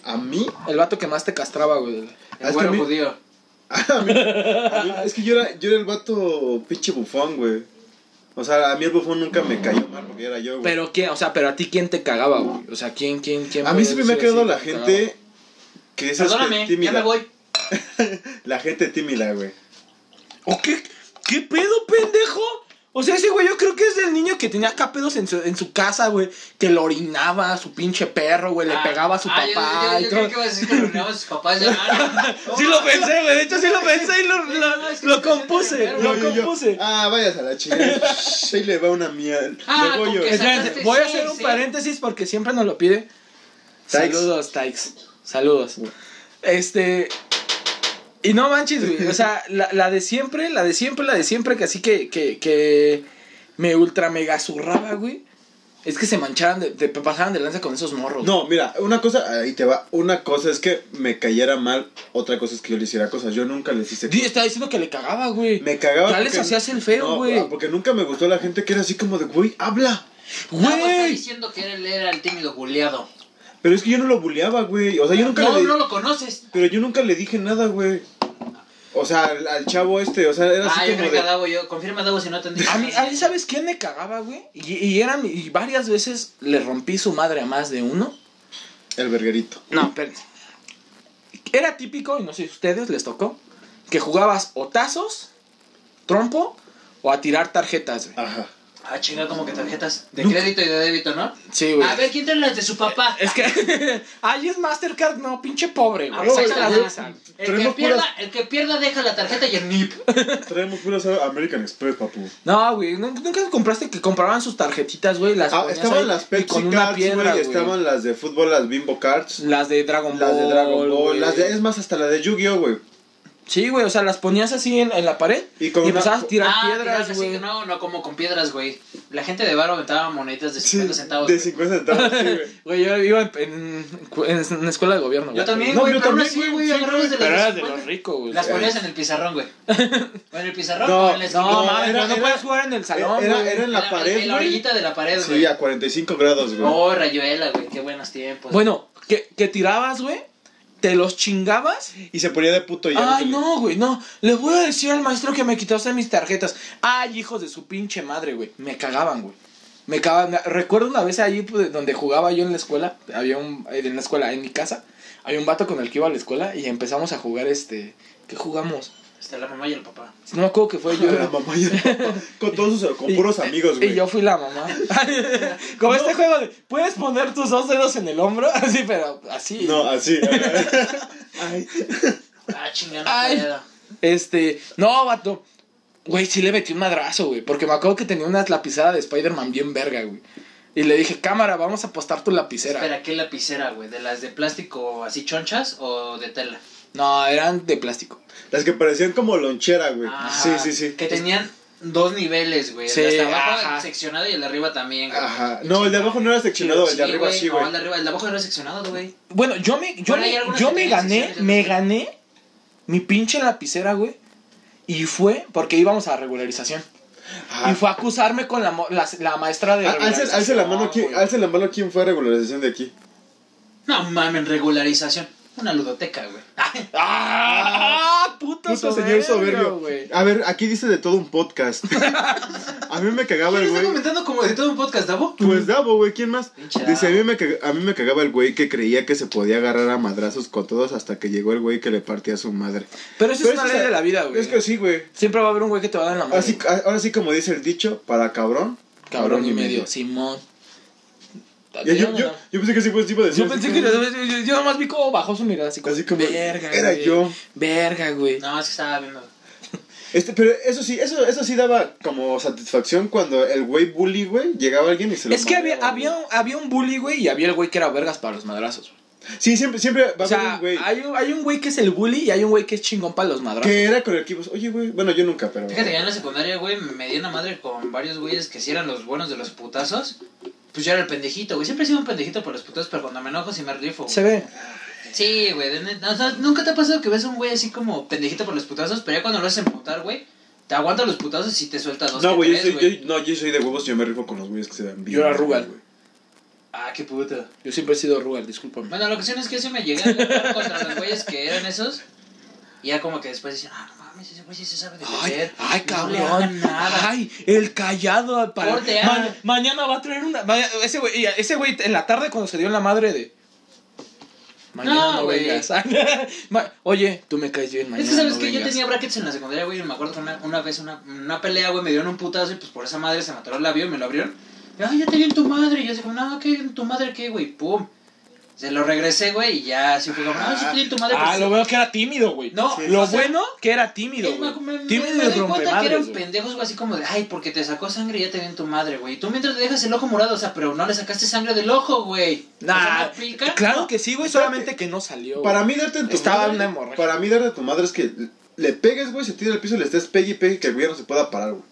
S3: A mí,
S4: El vato que más te castraba, güey.
S3: es
S2: El
S3: que a
S2: güero
S3: mí-
S2: judío.
S3: a mí- a mí- es que yo era, yo era el vato pinche bufón, güey. O sea, a mí el bufón nunca me cayó mal porque era yo, güey.
S4: Pero quién, o sea, pero a ti quién te cagaba, güey. O sea, quién, quién, quién.
S3: a mí
S4: puede
S3: siempre
S2: pues,
S3: me ha
S4: decir así
S3: quedado la
S4: que te
S3: gente que es este,
S2: Perdóname, ya me
S3: tímida.
S2: voy.
S3: La gente tímida, güey.
S4: cagaba? ¿O qué? ¿Qué pedo, pendejo? O sea, ese güey yo creo que es el niño que tenía capedos en su, en su casa, güey. Que lo orinaba a su pinche perro, güey. Pues Le
S2: Ah,
S4: pegaba a su
S2: ah, yo- Yo,
S4: papá
S2: yo,
S4: y
S2: creo
S4: todo.
S2: que ibas a decir que lo orinaban sus papás. ya,
S4: [LAUGHS]
S2: ah, no. [LAUGHS]
S4: Sí lo pensé, güey. De hecho, sí lo pensé y lo,
S2: Sí,
S4: lo-
S2: no, es que
S4: lo
S2: sí, sí,
S4: compuse.
S2: sí,
S4: Lo
S3: Yo, yo, yo,
S4: compuse.
S3: Ah, vayas a la chingada.
S4: [LAUGHS]
S3: Shh, Ahí le va una mierda.
S2: Ah,
S3: Le voy
S2: con
S3: yo.
S2: que se-
S4: Espérense,
S2: sacaste
S4: voy a
S2: seis,
S4: hacer un
S2: ¿eh?
S4: paréntesis porque siempre nos lo pide.
S3: Taix.
S4: Saludos, Taix. Saludos. Este. Y no manches, güey. O sea, la, la de siempre, la de siempre, la de siempre, que así que, que, que me ultra mega zurraba, güey. Es que se manchaban, de, de- pasaban de lanza con esos morros.
S3: No, mira, una cosa, ahí te va. Una cosa es que me cayera mal, otra cosa es que yo le hiciera cosas. Yo nunca les hice
S4: Di-
S3: cosas.
S4: estaba diciendo que le cagaba, güey.
S3: Me cagaba.
S4: Ya les
S3: porque-
S4: hacías el feo,
S3: No,
S4: güey.
S3: ah, porque nunca me gustó la gente que era así como de, güey, habla.
S2: No, güey, está
S4: Güey.
S2: diciendo que él era el tímido buleado.
S3: Pero es que yo no lo buleaba, güey. O sea, yo nunca
S2: No,
S3: le.
S2: no lo conoces.
S3: Pero yo nunca le dije nada, güey. O sea, al, al chavo este, o sea, era así
S2: Ah, yo
S3: como
S2: creo que a
S3: de.
S2: Davo yo. Confirma Davo si no tendría.
S4: A mí, a mí, ¿sabes quién me cagaba, güey? Y, y eran, y varias veces le rompí su madre a más de uno.
S3: El verguerito.
S4: No, espérense. Era típico, y no sé si a ustedes les tocó, que jugabas o tazos, trompo, o a tirar tarjetas, güey. [LAUGHS]
S3: Ajá.
S2: Ah, chinga, como que tarjetas de
S4: Nunca.
S2: crédito y de débito, ¿no?
S4: Sí, güey.
S2: A ver, ¿quién trae las de su papá?
S3: Eh,
S4: Es que. [LAUGHS] Ahí es Mastercard, no, pinche pobre,
S2: Ah,
S4: güey.
S2: pues,
S4: Saca
S2: saca
S4: la
S2: la
S4: masa.
S2: El que,
S3: Traemos
S2: pierda,
S3: puras-
S2: el que pierda deja la tarjeta y
S3: [LAUGHS]
S2: el NIP.
S3: Traemos puras American Express, papu.
S4: No, güey. nun- Nunca compraste que compraban sus tarjetitas, güey. Las
S3: Ah,
S4: ponías ahí
S3: estaban las
S4: y
S3: Pepsi
S4: con una
S3: Cards,
S4: piedra,
S3: güey.
S4: güey.
S3: Estaban las de fútbol, las Bimbo Cards.
S4: Las de Dragon
S3: Las
S4: Ball.
S3: de Dragon Ball.
S4: güey.
S3: Las de, es más, hasta la de Yu-Gi-Oh, güey.
S4: Sí, güey. O sea, las ponías así en, en la pared y,
S3: Y con una-
S4: empezabas a tirar
S2: ah,
S4: piedras,
S2: tirarlas,
S4: güey.
S2: sí, No, no, como con piedras, güey. La gente de bar aventaba monedas de 50 centavos.
S3: de
S2: güey.
S3: 50 centavos,
S4: [LAUGHS]
S3: sí, güey.
S4: Güey, yo iba en, en, en una escuela de gobierno, güey.
S2: Yo también,
S3: No,
S2: güey,
S3: yo
S2: pero aún
S3: también,
S2: así,
S3: güey,
S2: güey,
S3: sí,
S2: agarrabas
S3: güey.
S2: de
S4: Pero
S2: las de
S4: eras de los
S2: 50.
S4: ricos, güey.
S2: Las
S4: No,
S2: ponías en el pizarrón, güey. O en el pizarrón
S3: No,
S2: o en la esquina.
S3: no,
S4: mames,
S3: era-
S4: no
S3: era-
S4: puedes jugar en el salón,
S3: era,
S4: güey.
S3: era en la, pared,
S2: En la
S3: güey.
S2: orillita de la pared, güey.
S3: Sí, a 45 grados, güey.
S2: Oh, Rayuela, güey, qué buenos tiempos.
S4: Bueno, que, que tirabas, güey. Te los chingabas.
S3: Y se ponía de puto ya. [LAUGHS]
S4: Ay, no, güey, no. Le voy a decir al maestro que me quitaste mis tarjetas. Ay, hijos de su pinche madre, güey. Me cagaban, güey. Me cagaban. Recuerdo una vez ahí pues, donde jugaba yo en la escuela. Había un. En la escuela, en mi casa. Había un vato con el que iba a la escuela y empezamos a jugar este. ¿Qué jugamos?
S2: Está la mamá y el papá.
S4: No me acuerdo que fue yo.
S3: La mamá y el papá, Con todos sus, con
S4: Y-
S3: puros amigos, güey.
S4: Y yo fui
S3: [LAUGHS]
S4: la mamá. Como este juego de, puedes poner tus dos dedos en el hombro, [LAUGHS] así, pero así.
S3: No, así.
S4: [LAUGHS]
S3: Ay.
S2: Ah, chingada.
S4: Ay.
S2: pedo.
S4: Este, no, vato. Güey, sí le metí un madrazo, güey. Porque me acuerdo que tenía una lapicera de Spider-Man bien verga, güey. Y le dije, cámara, vamos a apostar tu lapicera.
S2: Espera, ¿qué lapicera, güey? ¿De las de plástico así chonchas o de tela?
S4: No, eran de plástico.
S3: Las que parecían como lonchera, güey.
S4: Ah,
S3: sí,
S2: Ajá,
S3: sí, sí.
S2: Que tenían dos niveles, güey.
S4: Sí,
S2: el de hasta abajo
S4: ajá.
S2: seccionado y el de arriba también, güey.
S3: Ajá. No, el de abajo no era seccionado, el de arriba sí, güey.
S2: No, el de arriba, el de abajo era seccionado, güey.
S4: Bueno, yo me, yo
S2: Bueno, hay
S4: me-
S2: algunas
S4: yo
S2: que
S4: me
S2: tienen
S4: gané,
S2: secciones
S4: me
S2: de-
S4: gané mi pinche lapicera, güey. Y fue porque íbamos a regularización.
S3: Ajá.
S4: Y fue a acusarme con la, mo- la, la maestra de
S3: Ah, Alce, alce la mano
S4: güey.
S3: quién, alce la mano quién fue a regularización de aquí.
S2: No mames, regularización. Una ludoteca, güey.
S4: ¡Ah! Puto,
S3: Puto señor soberbio.
S4: güey.
S3: A ver, aquí dice de todo un
S4: [LAUGHS]
S3: podcast. a mí me cagaba
S2: ¿Quién
S3: el
S2: está
S3: güey.
S2: comentando como de todo un podcast, Davo?
S3: Pues Davo, güey, ¿quién más?
S2: Pinche
S3: Dice, a
S2: Davo.
S3: mí, me caga- a mí me cagaba el güey que creía que se podía agarrar a madrazos con todos hasta que llegó el güey que le partía a su madre.
S4: Pero eso
S3: Pero
S4: es una
S3: eso
S4: ley
S3: es-
S4: de la vida, güey.
S3: Es que sí, güey.
S4: Siempre va a haber un güey que te va a dar en la mano.
S3: Así, a- ahora sí, como dice el dicho, para cabrón.
S4: cabrón y medio. Simón.
S3: Ya, yo, yo, yo pensé que sí fue tipo de
S4: Yo pensé que. Yo, yo- yo nomás vi cómo bajó su mirada así como.
S3: Así como,
S4: verga,
S3: era
S4: güey.
S3: yo. Ah,
S4: Verga, güey.
S2: No, es que estaba viendo.
S3: Este, pero eso sí, eso, eso sí daba como satisfacción cuando el güey bully, güey, llegaba alguien y se lo
S4: es que había,
S3: madreaba, güey.
S4: había, un- había un bully, güey, y había el güey que era vergas para los madrazos. güey.
S3: Sí, siempre, siempre va
S4: O
S3: a haber
S4: sea,
S3: un güey
S4: hay un, hay un güey que es el bully y hay un güey que es chingón para los madrazos.
S3: que era con el que ibas, oye, güey, bueno, yo nunca, pero...
S2: Fíjate que ya en la secundaria, güey, me di una madre con varios güeyes que si eran los buenos de los putazos. Pues yo era el pendejito, güey. Siempre he sido un pendejito por los putazos, pero cuando me enojo sí me rifo. güey.
S4: Se ve.
S2: Sí, güey. de neta, o sea, Nunca te ha pasado que ves a un güey así como pendejito por los putazos, pero ya cuando lo haces emputar, güey, te aguanta los putazos y te suelta dos.
S3: No,
S2: que
S3: güey, yo
S2: tres,
S3: soy, yo- no, yo soy de huevos, yo me rifo con los güeyes que se dan bien.
S4: Yo era Rugal.
S3: güey.
S2: Ah, qué puto.
S4: Yo siempre he sido rugal, discúlpame.
S2: Bueno, la cuestión es que sí me llegué a [LAUGHS] agarrar contra los güeyes que eran esos. Y ya como que después dicen, ah, no mames, ese güey sí se sabe
S4: Ay,
S2: defender.
S4: ay,
S2: no le
S4: cabrón.
S2: hagan nada.
S4: Ay, el callado para.
S2: Corte,
S4: Ma-
S2: ah.
S4: mañana va a traer una. ma- ese güey, y a- ese güey en la tarde cuando se dio en la madre de. Mañana no,
S2: No, güey.
S4: vengas. [LAUGHS] Ah, Ma- Oye, tú me caes bien mañana.
S2: Es que sabes
S4: no
S2: que yo
S4: vengas.
S2: tenía brackets en la secundaria, güey, y me acuerdo una, una vez una, una pelea, güey, me dieron un putazo y pues por esa madre se mató el labio y me lo abrieron. Y, ay, ya te dio en tu madre. Y yo así como, no, ¿qué? ¿En tu madre qué, güey? Pum. Se lo regresé, güey, y ya así fue como, no, sí te dio en tu madre.
S4: Ah,
S2: pues,
S4: lo bueno que era tímido, güey.
S2: No, sí.
S4: lo
S2: o sea,
S4: bueno que era
S2: es-
S4: tímido, güey.
S2: me, me, me,
S4: Tímido
S2: me doy
S4: y
S2: cuenta que
S4: rompemadres,
S2: eran
S4: güey.
S2: pendejos, güey, así como de, ay, porque te sacó sangre y ya te dio en tu madre, güey. Y tú mientras le dejas el ojo morado, o sea, pero no le sacaste sangre del ojo, güey. O sea,
S4: Nah,
S2: ¿no aplica?
S4: claro que sí, güey, solamente que no salió.
S3: Para
S4: güey.
S3: mí darte en tu
S4: Estaba
S3: madre.
S4: una hemorragia.
S3: Para mí darte a tu madre es que le pegues, güey, se tira al piso y le estés pegue y pegue que el güey ya no se pueda parar, güey.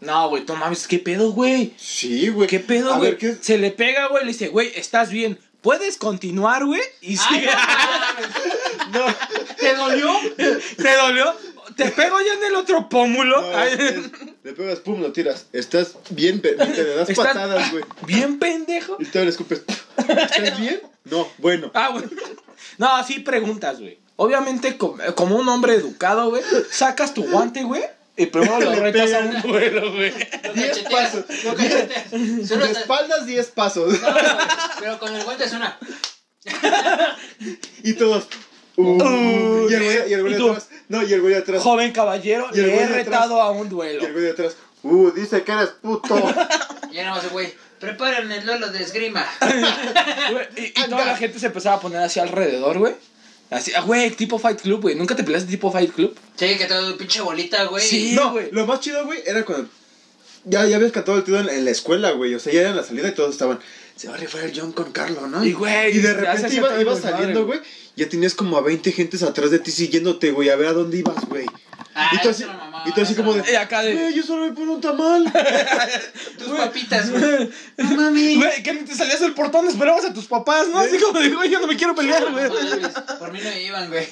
S4: No, güey, no mames, ¿qué pedo, güey?
S3: Sí, güey.
S4: ¿Qué pedo,
S3: A
S4: güey?
S3: ver, ¿qué
S4: [LAUGHS]
S3: es?
S4: Se le pega, güey, le dice, güey, estás bien. ¿Puedes continuar, güey?
S2: Ay,
S4: Y sigue.
S2: no, mames. [LAUGHS] ¿Te
S4: [LAUGHS]
S2: dolió?
S4: ¿Te dolió? ¿Te pego ya en el otro pómulo?
S3: No,
S4: Ay,
S3: es- le pegas, pum, lo tiras. Estás bien, pe- te le das
S4: [LAUGHS] Estás-
S3: patadas, güey.
S4: ¿Bien pendejo?
S3: Y te le escupes. ¿Estás bien? No, bueno.
S4: Ah, güey. No, así preguntas, güey. Obviamente, com- eh, como un hombre educado, güey, sacas tu guante, güey, y primero lo
S3: Le
S4: retas a un
S3: pegas.
S4: duelo, güey.
S2: Lo
S3: Diez
S2: cacheteas,
S3: pasos.
S2: Lo cacheteas.
S3: De
S2: Solo te-
S3: espaldas 10 pasos. [LAUGHS]
S2: No, güey, pero con el guante suena.
S3: Y todos. Uh,
S4: Uh,
S3: y el güey, y el güey
S4: y
S3: de
S4: tú.
S3: atrás. No, y el güey de atrás.
S4: Joven caballero,
S3: Y el
S4: le
S3: güey
S4: he
S3: de atrás.
S4: retado a un
S3: Y el
S4: duelo.
S3: güey de atrás. Uh, dice que eres puto.
S2: Y era más, güey, preparen el duelo de esgrima.
S4: Güey, Y, y toda la gente se empezaba a poner así alrededor, güey. Así, ah, güey, tipo Fight Club, güey. ¿Nunca te peleaste tipo Fight Club?
S2: Sí, que todo pinche bolita, güey.
S4: Sí.
S3: no,
S4: güey.
S3: lo más chido, [LAUGHS] güey, era cuando. Ya, ya habías cantado el tío en, en la escuela, güey. O sea, ya era en la salida y todos estaban. Se va a rifar el John con Carlo, ¿no?
S4: Y, güey,
S3: Y de
S4: se hace
S3: repente
S4: ese
S3: iba-
S4: pedo,
S3: ibas
S4: madre,
S3: saliendo, güey. Ya tenías como a 20 gentes atrás de ti siguiéndote, güey. A ver a dónde ibas, güey.
S2: Ah,
S3: y tú
S2: es
S3: así,
S2: una mamada,
S3: y tú así
S2: es una
S3: como de.
S2: mamada.
S4: Y acá de-
S3: "Güey, yo solo voy por un tamal. [LAUGHS]
S2: Tus papitas, güey. No mami.
S4: Güey, que te salías del portón, esperabas a tus papás, ¿no? Así como de, güey, yo no me quiero pelear, güey.
S2: Por mí no me iban, güey.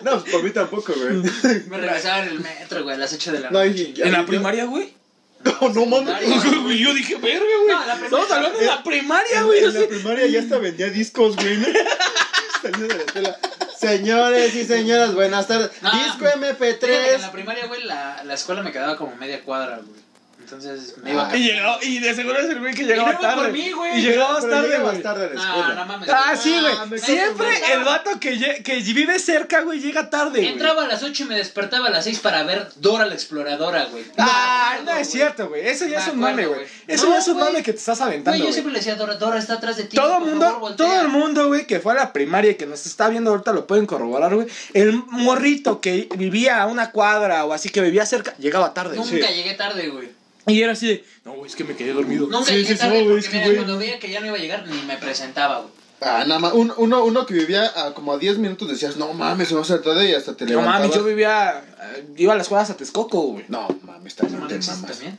S3: no, pues por mí tampoco, güey.
S2: Me regresaban en el metro, güey, a las 8 de la
S3: No,
S2: noche.
S3: y-
S4: En la
S3: yo-
S4: primaria, güey.
S3: [LAUGHS] No, no mames.
S2: Secundaria.
S4: [LAUGHS] Güey, yo dije, verga, güey.
S2: No, la primaria.
S4: Estamos hablando de la primaria,
S3: En,
S4: güey.
S3: en la
S4: así.
S3: primaria ya hasta vendía discos, güey. ¿no? [LAUGHS] Saliendo de la escuela. Señores y señoras, buenas tardes.
S2: No.
S4: Ah.
S3: Disco
S2: Fíjate que en la
S3: MP3.
S2: primaria, güey, la, la escuela me quedaba como media cuadra, güey. Entonces me iba a...
S4: Y, llegó, y de seguro es el güey que
S2: no
S4: llegaba
S2: iba por
S4: tarde.
S2: mí, güey.
S4: Y llegabas
S3: Pero
S4: tarde,
S3: llegabas
S4: güey.
S3: tarde a la
S2: No, no
S3: escuela.
S2: mames.
S4: Ah, sí,
S3: Ah,
S4: güey.
S3: me
S4: Siempre
S2: acostumbré.
S4: el vato que, lle- que vive cerca, güey, llega tarde, güey.
S2: Entraba a las 8 y me despertaba a las 6 para ver Dora la exploradora, güey.
S4: Ah, no,
S2: Me acuerdo,
S4: es cierto, güey. Eso ya
S2: Me
S4: es un
S2: acuerdo,
S4: mame, güey.
S2: güey.
S4: Eso
S2: No,
S4: ya es un
S2: güey.
S4: mame que te estás
S2: Güey,
S4: aventando,
S2: yo
S4: güey.
S2: siempre le decía, Dora, Dora está atrás de ti.
S4: Todo el
S2: por
S4: mundo,
S2: favor, voltea".
S4: todo el mundo, güey, que fue a la primaria y que nos está viendo ahorita lo pueden corroborar, güey. El morrito que vivía a una cuadra o así que vivía cerca, llegaba tarde.
S2: Nunca
S4: Sí.
S2: llegué tarde, güey.
S4: Y era así de, no, güey, es que me quedé dormido.
S2: Nunca
S3: Sí,
S2: llegué
S3: sí,
S2: tarde
S3: sí, güey,
S2: porque
S3: es que,
S2: mira,
S3: güey.
S2: cuando veía que ya no iba a llegar, ni me presentaba, güey.
S3: Ah, nada más. Un- uno, uno que vivía a como a 10 minutos decías, no mames, me vas a saltar y hasta te
S4: No
S3: levantabas.
S4: mames, yo vivía, eh, iba a las cuadras a Texcoco,
S3: [LAUGHS]
S4: güey.
S3: No mames, también
S2: No
S3: te
S2: mames,
S3: mamas.
S2: también.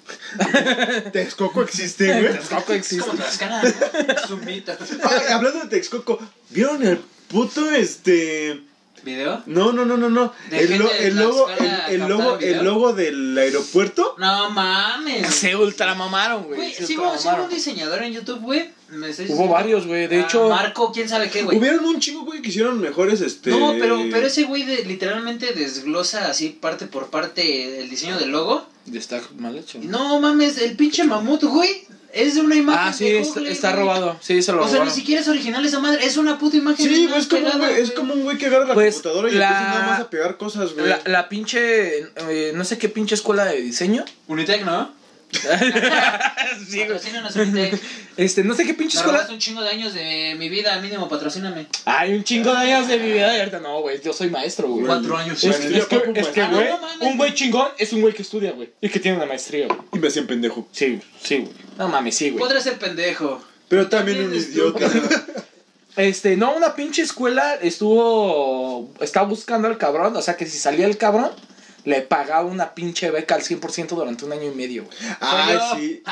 S3: Texcoco existe,
S4: [LAUGHS]
S3: güey.
S4: Texcoco
S2: Es
S4: existe.
S2: como Tlaxcala, ¿no? Es un mito.
S3: Ay, hablando de Texcoco, ¿vieron el puto este.
S2: ¿Video?
S3: No, no, no, no, no.
S2: De
S3: El, lo-
S2: gente de
S3: el logo, el,
S2: Tlaxcala
S3: el logo,
S2: captando video.
S3: el logo del aeropuerto.
S2: No mames.
S4: Se ultramamaron, güey.
S2: Güey,
S4: se
S2: sigo, sigo
S4: ultramamaron.
S2: un diseñador en YouTube, güey. Me estoy
S4: Hubo
S2: diciendo-
S4: varios, güey. De
S2: Ah,
S4: hecho,
S2: Marco, quién sabe qué, güey.
S3: Hubieron un chingo, güey, que hicieron mejores, este...
S2: No, pero, pero ese güey de- literalmente desglosa así parte por parte el diseño del logo.
S4: está mal hecho.
S2: Y No mames, el pinche mamut, güey. Es de una imagen.
S4: Ah, sí,
S2: de
S4: está,
S2: Google,
S4: está
S2: güey.
S4: robado. Sí, se lo
S2: O sea, ni
S4: robaron.
S2: siquiera es original esa madre. Es una puta imagen.
S3: Sí,
S2: bien
S3: güey, es como, un
S2: pegada,
S3: güey, es como un güey que agarra la
S4: Pues,
S3: computadora y
S4: la-
S3: empieza nada más a pegar cosas, güey.
S4: La, la pinche, eh, no sé qué pinche escuela de diseño. [LAUGHS]
S2: Unitec, ¿no? [LAUGHS]
S4: Sí, güey.
S2: Patrocínanos,
S4: [LAUGHS]
S2: Unitec.
S4: Este, no sé qué pinche
S2: Me
S4: escuela.
S2: robaste un chingo de años de mi vida, mínimo, patrocíname.
S4: Hay un chingo de años de mi vida y ahorita no, güey. Yo soy maestro, güey.
S2: Cuatro años.
S4: Es,
S3: Bueno,
S4: que-
S3: yo
S4: es que,
S3: ocupo
S4: es que,
S2: maestro.
S4: güey,
S2: Ah, no mames,
S4: un güey chingón es un güey que estudia, güey. Y que tiene una maestría, güey.
S3: Y me hacían pendejo.
S4: Sí, güey, sí, güey. No mames, sí, güey.
S2: Podrá ser pendejo.
S3: Pero también un
S2: Eres tú. [LAUGHS]
S3: idiota.
S4: Este, no, una pinche escuela estuvo. Está buscando al cabrón. O sea que si salía el cabrón, le pagaba una pinche beca al 100% durante un año y medio, [LAUGHS] güey.
S3: Ay,
S2: Soy yo.
S3: Ah, sí.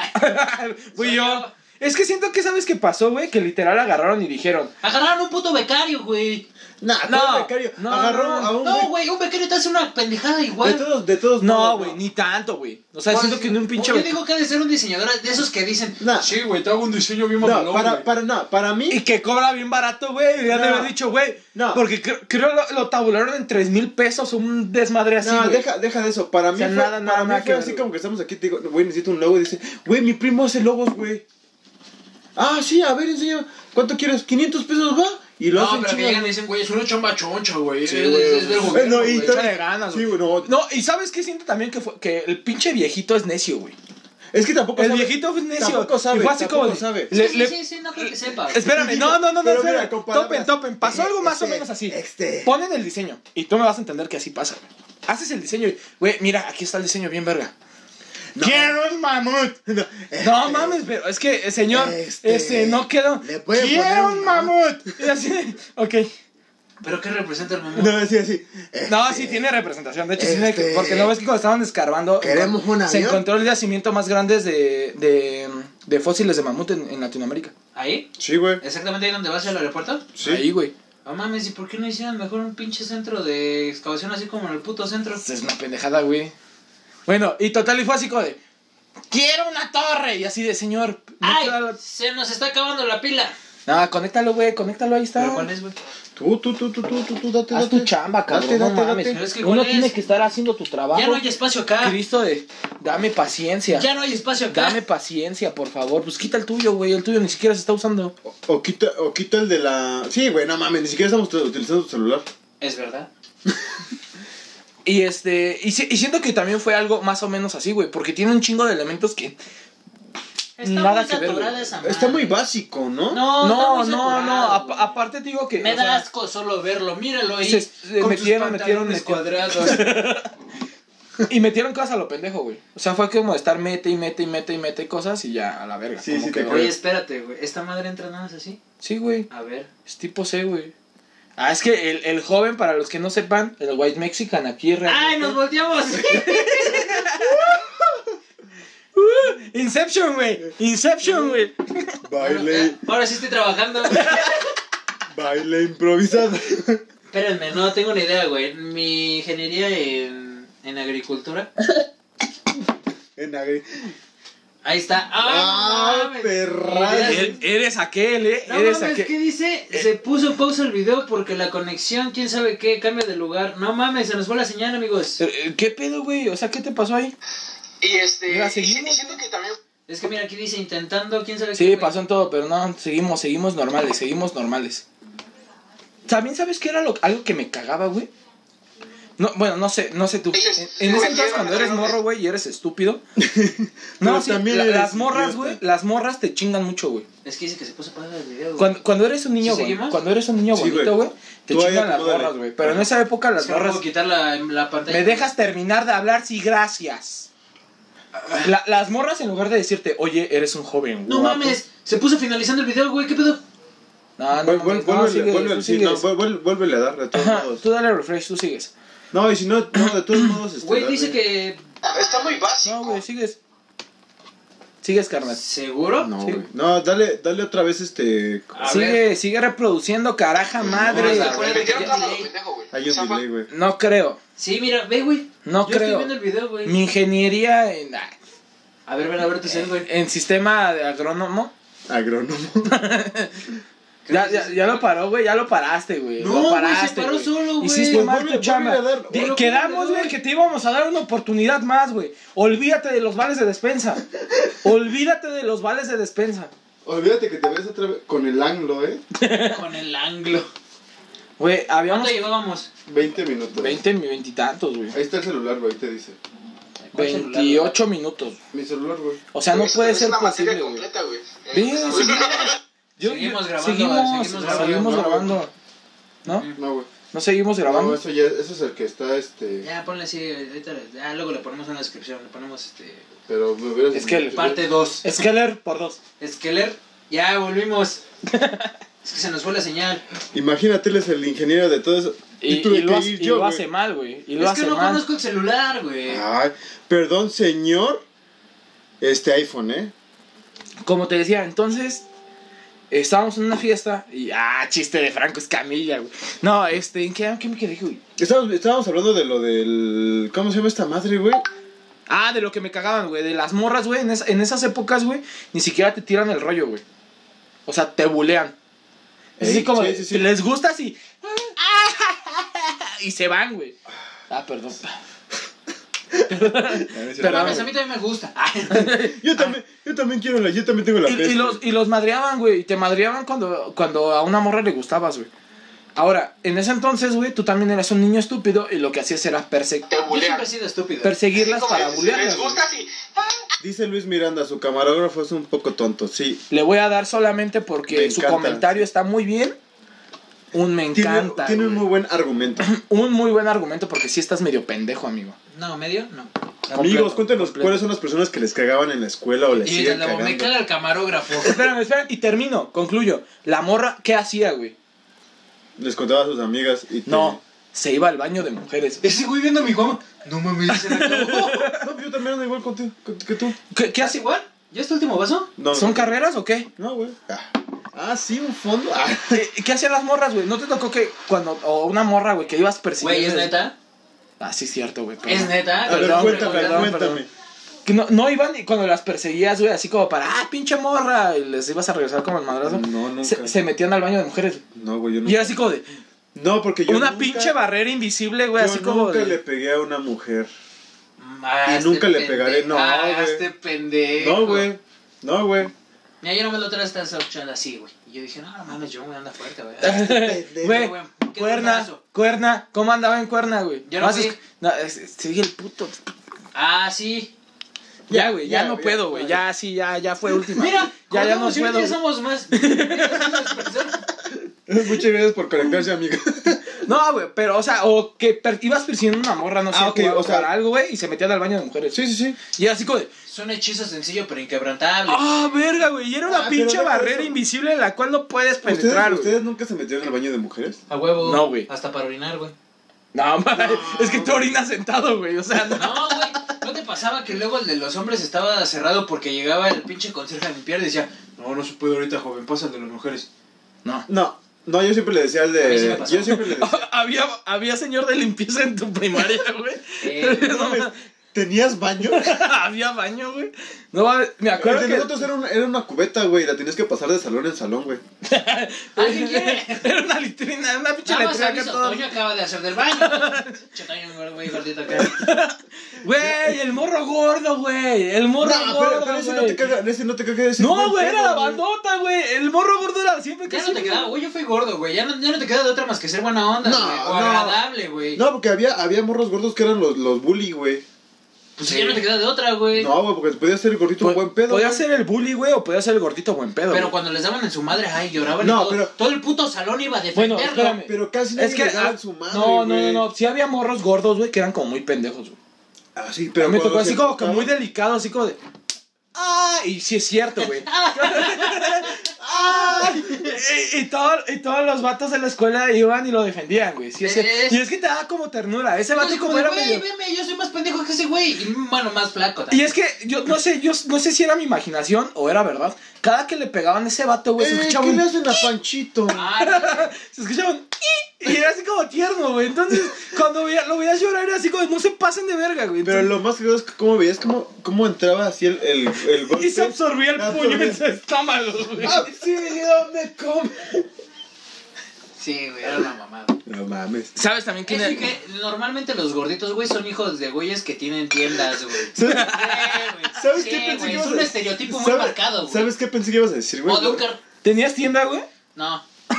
S2: Ay,
S4: Fui
S2: soy
S4: yo. Es que siento que sabes qué pasó, güey. Que literal agarraron y dijeron:
S2: [LAUGHS] Agarraron un puto becario, güey.
S3: Nah,
S4: No,
S3: todo becario.
S4: no,
S3: Agarró
S4: no, no.
S3: a Ah, un
S2: No,
S3: güey...
S2: güey, un becario te hace una pendejada
S3: De
S2: igual.
S3: todos, de todos.
S4: No,
S3: modos,
S4: güey, ni tanto, güey. O sea,
S2: Pues,
S4: siento que en un pinche.
S2: Yo digo que ha de ser un diseñador de esos que dicen.
S3: Nah.
S2: Sí, güey, te hago un diseño bien
S3: No,
S2: mamalón,
S3: para,
S2: güey".
S3: para, no, para mí...
S4: Y que cobra bien barato, güey. Ya
S3: No.
S4: te había dicho, güey.
S3: No.
S4: Porque cre- creo lo, lo tabularon en 3 mil pesos. Un desmadre así.
S3: no,
S4: güey.
S3: deja, deja de eso. Para mí
S4: sea,
S3: fue,
S4: nada, nada,
S3: para mí
S4: nada
S3: fue
S4: que
S3: así
S4: ver,
S3: como que estamos aquí. Te digo, güey, necesito un logo. Y dice, güey, mi primo hace logos, güey. Ah, sí, a ver, enseña. ¿Cuánto quieres? ¿500 pesos va? Y lo
S2: No,
S3: hacen
S2: pero que
S3: chingas.
S2: llegan y dicen, güey, es una chamba choncha, güey.
S6: Sí,
S2: es,
S6: güey.
S2: es del
S6: Eh,
S3: Eh,
S2: gobierno,
S3: no, y
S2: güey.
S3: tal-
S4: échale ganas,
S3: Sí, güey, no.
S4: No, y ¿sabes qué siento también? Que, fue, que el pinche viejito es necio, güey.
S3: Es que tampoco
S4: El
S3: sabe-
S4: viejito es necio.
S3: Tampoco sabe.
S4: y fue así
S3: tampoco
S4: como de-
S3: sabe.
S4: le-
S2: Sí,
S4: le-
S2: sí, sí, no creo que sepa.
S3: Ah,
S4: Espérame, no, no, no, no,
S3: Pero mira,
S4: espera.
S3: con palabras.
S4: Topen, topen. Pasó algo más o
S3: Este,
S4: menos así.
S3: Este.
S4: Ponen el diseño y tú me vas a entender que así pasa, güey. Haces el diseño y, güey, mira, aquí está el diseño bien verga.
S3: ¡Quiero un mamut! [LAUGHS] No,
S4: No mames, pero es que, eh, señor,
S3: Este,
S4: este, no quedó.
S3: le puede poner
S4: Quiero
S3: un
S4: un mamut. Y así, ok.
S2: ¿Pero qué representa el mamón?
S3: No, así, así.
S4: No, sí tiene representación. De hecho, sí tiene
S3: este,
S4: que- porque no ves que cuando estaban descarbando.
S3: ¿queremos un
S4: Se
S3: avión?
S4: encontró el yacimiento más grande de, de, de fósiles de mamut en, en Latinoamérica.
S2: ¿Ahí?
S3: Sí, güey.
S2: ¿Exactamente ahí donde vas al aeropuerto?
S3: Sí.
S4: Ahí, güey.
S2: No mames, ¿y por qué no hicieron mejor un pinche centro de excavación así como en el puto centro?
S4: Esa Es una pendejada, güey. Bueno, y total, y fue así como de. Quiero una torre. Y así de, señor. no
S2: ¡Ay!
S4: queda la-
S2: Se nos está acabando la pila.
S4: No, conéctalo, güey, conéctalo, ahí está.
S2: ¿Pero cuál es, güey?
S3: Tú, tú, tú, tú, tú, tú, tú, date,
S4: Haz
S3: date.
S4: tu chamba, cabrón,
S3: Date, date,
S4: no
S3: date.
S4: mames. ¿eh?
S2: Pero es que
S4: Uno
S2: ¿cuál
S4: tiene
S2: es?
S4: que estar haciendo tu trabajo.
S2: Ya no hay espacio acá.
S4: Cristo de, dame paciencia.
S2: Ya no hay espacio acá.
S4: Dame paciencia, por favor. Pues quita el tuyo, güey. El tuyo ni siquiera se está usando.
S3: O, o quita, o quita el de la. Sí, güey, no mames, ni siquiera estamos t- utilizando tu celular.
S2: Es verdad.
S4: Y este. Y, si- y siento que también fue algo más o menos así, güey. Porque tiene un chingo de elementos que.
S2: Está
S4: Nada
S2: muy
S4: que ver,
S2: saturada
S4: güey.
S2: esa madre.
S3: Está muy básico, ¿no?
S2: No,
S4: No, no,
S2: está muy
S4: no.
S2: saturado,
S4: a-
S2: güey.
S4: aparte te digo que.
S2: Me
S4: o sea,
S2: da asco solo verlo. Míralo ahí.
S4: Se- se
S2: con
S4: metieron,
S2: sus
S4: metieron,
S2: pantalones
S4: metieron. [LAUGHS]
S2: cuadrados.
S4: y metieron cosas a lo pendejo, güey. O sea, fue como estar mete y mete y mete y mete cosas y ya a la verga.
S3: Sí,
S4: Como
S3: sí,
S4: que,
S3: te
S4: güey,
S2: Oye, espérate, güey. ¿Esta madre entra nada más así?
S4: Sí, güey.
S2: A ver.
S4: Es tipo C, güey. Ah, es que el, el joven, para los que no sepan, el white mexican aquí
S2: ¡Ay,
S4: realmente-
S2: nos volteamos!
S4: Inception, güey. Inception, güey.
S3: Baile,
S2: [LAUGHS] Ahora sí estoy trabajando.
S3: baile
S4: [LAUGHS]
S3: improvisado.
S2: Espérenme, no tengo ni idea, güey. Mi ingeniería en, en agricultura.
S3: en agri-
S2: Ahí está. ¡Ah, no
S3: Ah,
S2: mames!
S3: perra.
S2: Ni idea.
S4: eres aquel, eh.
S2: No
S4: eres
S2: mames,
S4: aquel. Eh.
S2: ¿qué dice? Se puso pausa el video porque la conexión, quién sabe qué, cambia de lugar. No mames, se nos fue la señal, amigos.
S4: Eh, ¿Qué pedo, güey? O sea, ¿qué te pasó ahí?
S7: Y este,
S4: Mira,
S7: y si-
S4: seguimos,
S7: y siento que también
S2: Es que mira, aquí dice intentando, quién sabe qué.
S4: Sí,
S2: güey.
S4: pasó en todo, pero no, seguimos, seguimos normales, seguimos normales. También sabes que era lo- algo que me cagaba, güey. No, bueno, no sé, no sé tú. En, en ese entonces cuando eres morro, güey, y eres estúpido. No,
S3: [LAUGHS] Pero
S4: sí,
S3: también
S4: la-
S3: eres
S4: las morras,
S3: idiota.
S4: güey, las morras te chingan mucho, güey.
S2: Es que dice que se puso pausa el video. güey.
S4: Cuando, cuando eres un niño,
S2: ¿Sí
S4: güey,
S2: seguimos?
S4: cuando eres un niño
S3: Sí, güey.
S4: bonito, güey, te
S3: Tú ahí
S4: chingan las
S3: acomódale.
S4: morras, güey. Pero en esa época las
S2: Es que no
S4: morras
S2: puedo quitar la, em, la pantalla.
S4: ¿Me dejas terminar de hablar? Sí, gracias. La- las morras, en lugar de decirte, oye, eres un joven,
S2: No
S4: guapo".
S2: mames, se puso finalizando el video, güey, ¿qué pedo?
S4: No, Ah, no,
S3: Vuel- vuel-
S4: mames, no,
S3: Vuelvele
S4: sigue,
S3: vuelvele-
S4: tú
S3: sí, no,
S4: sigues.
S3: vuel- vuelvele a dar de todos
S4: Ajá,
S3: modos.
S4: tú dale refresh, tú sigues.
S3: No, y si no, no, de todos modos. este,
S2: Güey,
S3: dale.
S2: dice que.
S7: está muy básico.
S4: No, güey, sigues. Sigues, carnal.
S2: ¿Seguro?
S3: No,
S4: Sí.
S3: güey. No, dale, dale otra vez este.
S2: A
S4: Sigue, sigue reproduciendo, caraja madre.
S2: No,
S7: Le
S2: güey.
S7: metieron
S2: Ya-
S7: plano a lo
S2: ya-
S7: pendejo, güey.
S3: Hay
S7: O sea,
S3: un
S7: fue-
S3: delay, güey.
S4: No creo.
S2: Sí, mira, ve, güey.
S4: No
S2: Yo estoy
S4: creo.
S2: viendo el video, güey.
S4: Mi ingeniería en,
S2: A ver, ven a ver tu cel, güey.
S4: en sistema de agrónomo.
S3: Agrónomo.
S4: Ya, ya, ya lo paró, güey, ya lo paraste, güey.
S2: No,
S4: lo
S2: güey,
S4: paraste,
S2: se paró solo, güey.
S4: Hiciste
S2: Pues
S4: mal
S3: vuelve-
S4: tu chamba.
S3: vuelve a dar-
S4: Di-
S2: vuelve-
S4: quedamos, güey, que te íbamos a dar una oportunidad más, güey. Olvídate de los vales de despensa. Olvídate de los vales de despensa.
S3: Olvídate que te ves otra vez con el anglo, ¿eh?
S2: [LAUGHS] Con el anglo.
S4: Güey, habíamos
S2: ¿Cuánto llevábamos?
S3: 20 minutos.
S4: 20, mi- 20 y tantos, güey.
S3: Ahí está el celular, güey, te dice.
S2: celular,
S4: 28 minutos.
S3: Mi celular, güey.
S4: O sea, no
S7: Es-
S4: puede
S7: es
S4: ser
S7: una materia
S4: posible, güey.
S7: completa, güey.
S4: Bien,
S7: Eh,
S4: sí. Yo-
S2: Seguimos
S4: yo-
S2: grabando,
S4: seguimos,
S2: seguimos grabando.
S4: seguimos
S3: No,
S4: grabando. ¿No?
S3: No, güey.
S4: No seguimos
S3: No,
S4: grabando.
S3: eso ya, eso es el que está, este.
S2: Ya, ponle así. Ahorita, le- ya, luego le ponemos una descripción. Le ponemos este.
S3: Pero me hubieras.
S4: Es que el
S2: Parte 2.
S4: Skeller por dos.
S2: Esqueler. Ya, [LAUGHS] volvimos. es que se nos fue la señal.
S3: Imagínate, él es el ingeniero de todo eso.
S4: Y,
S3: tuve
S4: y lo
S3: que
S4: hace,
S3: ir
S4: y
S3: yo,
S4: lo
S3: güey.
S4: hace mal, güey. Y lo
S2: Es
S4: hace
S2: que no
S4: mal.
S2: conozco el celular, güey.
S3: Ay, perdón, señor. Este iPhone, ¿eh?
S4: Como te decía, entonces estábamos en una fiesta y ah, chiste de Franco Escamilla, güey. No, este, ¿en qué, en qué me quedé, güey?
S3: Estábamos, estábamos hablando de lo del. ¿Cómo se llama esta madre, güey?
S4: Ah, de lo que me cagaban, güey, de las morras, güey, en, es- en esas épocas, güey, ni siquiera te tiran el rollo, güey. O sea, te bulean. Es
S3: Ey,
S4: así como
S3: sí,
S4: de,
S3: sí, sí.
S4: les gusta [LAUGHS] así. Y se van, güey. Ah, perdón.
S2: Pero
S4: Perdón,
S2: mames, a
S4: güey.
S2: mí también me gusta. [LAUGHS]
S3: Yo también, yo también quiero la, yo también tengo la
S4: Y,
S3: peste.
S4: y los, y los madreaban, güey. Y te madreaban cuando, cuando a una morra le gustabas, güey. Ahora, en ese entonces, güey, tú también eras un niño estúpido y lo que hacías era perse-
S2: Yo siempre
S7: Te
S2: he
S7: bulean.
S2: sido estúpido.
S7: Sí,
S4: perseguirlas
S7: como
S4: para
S7: les-
S4: bulearlas.
S7: Les
S4: güey.
S7: gusta así.
S3: Dice Luis Miranda, su camarógrafo es un poco tonto, sí.
S4: Le voy a dar solamente porque
S3: Me
S4: su
S3: encanta.
S4: comentario está muy bien. Un me
S3: Tiene,
S4: encanta.
S3: tiene un
S4: güey.
S3: muy buen argumento.
S4: un muy buen argumento porque sí estás medio pendejo, amigo.
S2: No, medio, no.
S3: Amigos,
S4: Completo,
S3: cuéntenos
S4: completo.
S3: cuáles son las personas que les cagaban en la escuela o les
S2: Y de
S3: siguen
S2: nuevo,
S3: cagando.
S2: me caga el camarógrafo.
S4: Espérame, espérame. Y termino, concluyo. La morra, ¿qué hacía, güey?
S3: Les contaba a sus amigas y te-
S4: No, se iba al baño de mujeres.
S2: [LAUGHS] Ese güey viendo a mi cama. No mames, se me acabó.
S3: No, yo también ando igual contigo, que, que tú.
S4: ¿Qué,
S2: [LAUGHS]
S4: qué
S2: ¿Qué hace
S4: hace?
S2: igual? ¿Ya es tu último vaso?
S3: No,
S4: ¿Son
S3: no,
S4: carreras o qué?
S3: No, güey. Ah. Ah, sí, un fondo. Ah.
S4: ¿Qué, qué hacían las morras, güey? ¿No te tocó que cuando... O una morra, güey, que ibas persiguiendo...
S2: Güey, ¿es neta?
S4: Ah, sí, cierto, güey. perdón.
S2: ¿Es neta?
S3: A ver,
S4: Perdón,
S3: cuéntame,
S4: perdón,
S3: cuéntame.
S4: perdón. Que no, no iban y cuando las perseguías, güey, así como para... Ah, pinche morra. Y les ibas a regresar como el madrazo.
S3: No, nunca.
S4: Se, se metían al baño de mujeres. güey.
S3: No, güey, yo
S4: Y era
S3: nunca.
S4: así como de...
S3: No, porque yo
S4: una
S3: nunca-
S4: pinche barrera invisible, güey,
S3: Yo
S4: así como
S3: nunca
S4: de...
S3: le pegué a una mujer.
S2: Ah,
S3: Y
S2: este
S3: nunca le
S2: pende-
S3: pegaré, no,
S2: Ah,
S3: güey.
S2: este pendejo.
S3: No, güey. No, güey.
S2: Mira, yo no me lo traes esta opción así, güey. Y yo dije, no, no mames, yo me anda fuerte, [LAUGHS] güey.
S4: Güey,
S2: Güey, qué
S4: cuerna,
S2: buenazo.
S4: cuerna, ¿cómo andaba en cuerna, güey?
S2: Yo no
S4: Vas a
S2: fui.
S4: esc- no, es- es- sigue el puto.
S2: Ah, sí.
S4: Ya, güey, ya,
S3: ya,
S4: no
S3: ya,
S4: puedo, güey. Ya, sí, ya, ya fue última.
S2: Mira,
S4: ya, ya no
S2: cortamos y un
S4: puedo.
S2: día somos [LAUGHS] más. Pero
S3: [LAUGHS] Muchas gracias por conectarse,
S4: [LAUGHS]
S3: amiga.
S4: No, güey, pero, o sea, o que per- ibas persiguiendo una morra, no sé,
S3: Ah, ok,
S4: jugaba-
S3: o sea-
S4: jugar algo, güey, y se metían al baño de mujeres.
S3: Sí, sí, sí.
S4: Y era así como de,
S2: Es un hechizo sencillo pero inquebrantable.
S4: ah, verga, güey, y era
S3: Ah,
S4: una
S3: pero
S4: pinche
S3: deja
S4: barrera
S3: eso.
S4: invisible en la cual no puedes
S3: ¿Ustedes,
S4: penetrar, güey.
S3: ¿Ustedes nunca se metieron al baño de mujeres?
S2: A huevo.
S4: No, güey.
S2: Hasta para orinar, güey.
S4: No, mames, es que tú orinas sentado, güey, o sea, no.
S2: No, güey. ¿No te pasaba que luego el de los hombres estaba cerrado porque llegaba el pinche conserje a limpiar y decía, no, no se puede ahorita, joven, pasa el de las mujeres?
S3: No. No, yo siempre le decía al
S2: A mí sí
S3: de.
S2: me pasó.
S3: yo siempre le decía.
S4: había, había señor de limpieza en tu primaria, güey.
S2: Eh,
S4: [LAUGHS] [LAUGHS] No, mames.
S3: ¿Tenías baño?
S4: Había baño, güey. No mames, me
S3: El
S4: acuerdo
S3: de
S4: que
S3: nosotros era una, era una cubeta, güey. La tenías que pasar de salón en salón, güey.
S4: [LAUGHS]
S2: ¿Alguien [LAUGHS] quiere?
S4: era una litrina, era una pinche
S2: Nada más
S4: letrina acá
S2: aviso,
S4: toda-
S2: Toño acaba de hacer del baño. Che, Toño, güey, gordito acá.
S4: Güey, el morro gordo, güey. El morro
S3: No,
S4: gordo.
S3: pero, pero ese no te
S4: güey.
S3: caga, ese no te caga ese
S4: No,
S3: buen
S4: güey,
S3: pedo,
S4: era la bandota, güey. El morro gordo era siempre que
S2: Ya no
S4: sí,
S2: te
S4: güey.
S2: quedaba, güey, yo fui gordo, güey. Ya no, ya no te queda de otra más que ser buena onda,
S3: No,
S2: güey. O
S3: no.
S2: agradable, güey.
S3: No, porque había, había morros gordos que eran los, los bully, güey.
S2: Pues ya no te queda de otra, güey.
S3: No, güey, porque podía ser gordito un
S4: Po-
S3: buen pedo.
S4: Pues, Podía
S3: güey.
S4: ser el bully, güey, o podía ser el gordito buen pedo.
S2: Pero
S4: güey.
S2: cuando les daban en su madre, ay, lloraban.
S3: No,
S2: y todo,
S3: pero-
S2: todo el puto salón iba a defenderlo.
S4: Bueno, espérame.
S3: Pero casi nadie
S4: es que.
S3: le daba
S4: ah,
S3: en su madre,
S4: no, no, no,
S3: güey.
S4: no. Sí había morros gordos, güey, que eran como muy pendejos, güey.
S3: Ah, sí, pero
S4: Pero me tocó
S3: cuando
S4: así
S3: se
S4: como que
S3: emputaba-
S4: muy delicado, así como de. ¡Ah! Y sí es cierto, güey. ¡Ah! Y, y todo- y todos los vatos de la escuela iban y lo defendían, güey. Sí es cierto.
S2: Es-
S4: Y es que te daba como ternura. Ese
S2: Entonces,
S4: vato
S2: como
S4: como
S2: de,
S4: era
S2: güey,
S4: medio-
S2: veme, yo soy más pendejo que ese güey. Y bueno, más flaco
S3: [LAUGHS]
S4: Y
S2: también.
S4: es que yo no sé, yo no sé si era mi imaginación o era verdad. Cada que le pegaban a ese vato, güey, se
S3: Eh,
S4: escuchaba
S3: ¿Qué le
S4: un... Ah,
S3: hacen a Panchito?
S2: Ay, güey.
S4: Se escuchaba un... Y era así como tierno, güey. Entonces, cuando veía- lo veías llorar, era así como, no se pasen de verga, güey.
S3: Pero lo más grave es que cómo veías cómo, cómo entraba así el, el, el golpe.
S4: [LAUGHS] Y se absorbía el
S3: Absorbía.
S4: puño en su estómago, güey.
S3: ¡Auxilio, me come!
S2: Sí, güey, era una mamada.
S3: No mames.
S4: ¿Sabes también [LAUGHS] quién
S2: Es
S4: era?
S2: que normalmente los gorditos, güey, son hijos de güeyes que tienen
S3: [LAUGHS]
S2: tiendas, güey. Sí,
S3: ¿Sabes,
S2: güey.
S3: ¿sabes
S2: Sí,
S3: qué pensé
S2: güey,
S3: que
S2: Es
S3: ibas
S2: un
S3: a-
S2: estereotipo muy
S3: ¿sabes-
S2: marcado, güey.
S3: ¿Sabes qué pensé que ibas a decir, güey?
S2: O de un car-
S4: ¿Tenías tienda, güey?
S3: [LAUGHS]
S2: No.
S4: No.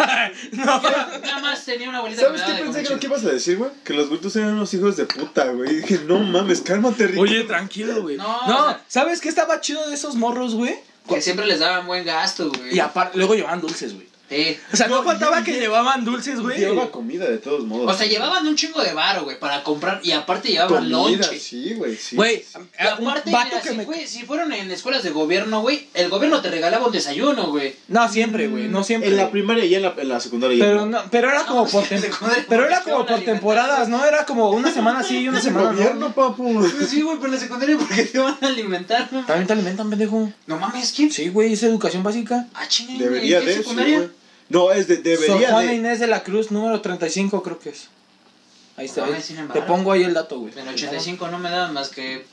S2: Nada más tenía una abuelita
S3: ¿Sabes
S2: me
S3: qué
S2: daba de
S3: pensé
S2: comer
S3: que lo que
S2: chido.
S3: ibas a decir, güey? Que los bultos eran unos hijos de puta, güey. Y dije, no mames, cálmate, Rick.
S4: [LAUGHS] Oye, tranquilo, güey.
S2: No,
S4: No,
S2: o sea-
S4: ¿sabes qué estaba chido de esos morros, güey?
S2: Que siempre les daban buen gasto, güey.
S4: Y aparte, luego llevaban dulces, güey.
S2: Sí.
S4: O sea, no,
S3: No,
S4: faltaba
S3: y-
S4: que llevaban dulces, güey.
S3: Llevaba comida de todos modos.
S2: O sea, llevaban un chingo de varo, güey, para comprar. Y aparte llevaban
S3: comida,
S2: lonche.
S3: sí, güey, sí.
S4: Güey,
S2: Y
S4: un
S2: aparte,
S4: vato
S2: mira,
S4: que
S2: si,
S4: me-
S2: fue- si fueron en escuelas de gobierno, güey, el gobierno te regalaba un desayuno, güey.
S4: No siempre, güey, no siempre.
S3: En la
S4: güey.
S3: primaria y en la, en la secundaria. ya
S4: pero no, pero era como
S2: No,
S4: [LAUGHS] por
S2: sí,
S4: tem-
S2: se jode,
S4: pero era
S2: porque
S4: como
S2: van
S4: por
S2: a
S4: temporadas, no era como una semana sí y una
S3: Es el
S4: semana no.
S3: gobierno, papu.
S2: Pues sí, güey, pero en la secundaria, ¿por qué te van a alimentar? no?
S4: También te alimentan, pendejo.
S2: No mames, ¿quién?
S4: Sí, güey, es educación básica.
S2: Ah, chinga,
S3: Debería
S2: ¿en
S3: de
S2: qué
S3: eso,
S2: secundaria?
S3: güey. No, es de,
S4: Sor
S3: debería
S4: Juana
S3: de.
S4: Inés de la Cruz número 35 creo que es. Ahí está.
S2: No
S4: ahí.
S2: mames, sin
S4: Te
S2: embargo.
S4: pongo ahí el dato, güey.
S2: En 85 no me daban más que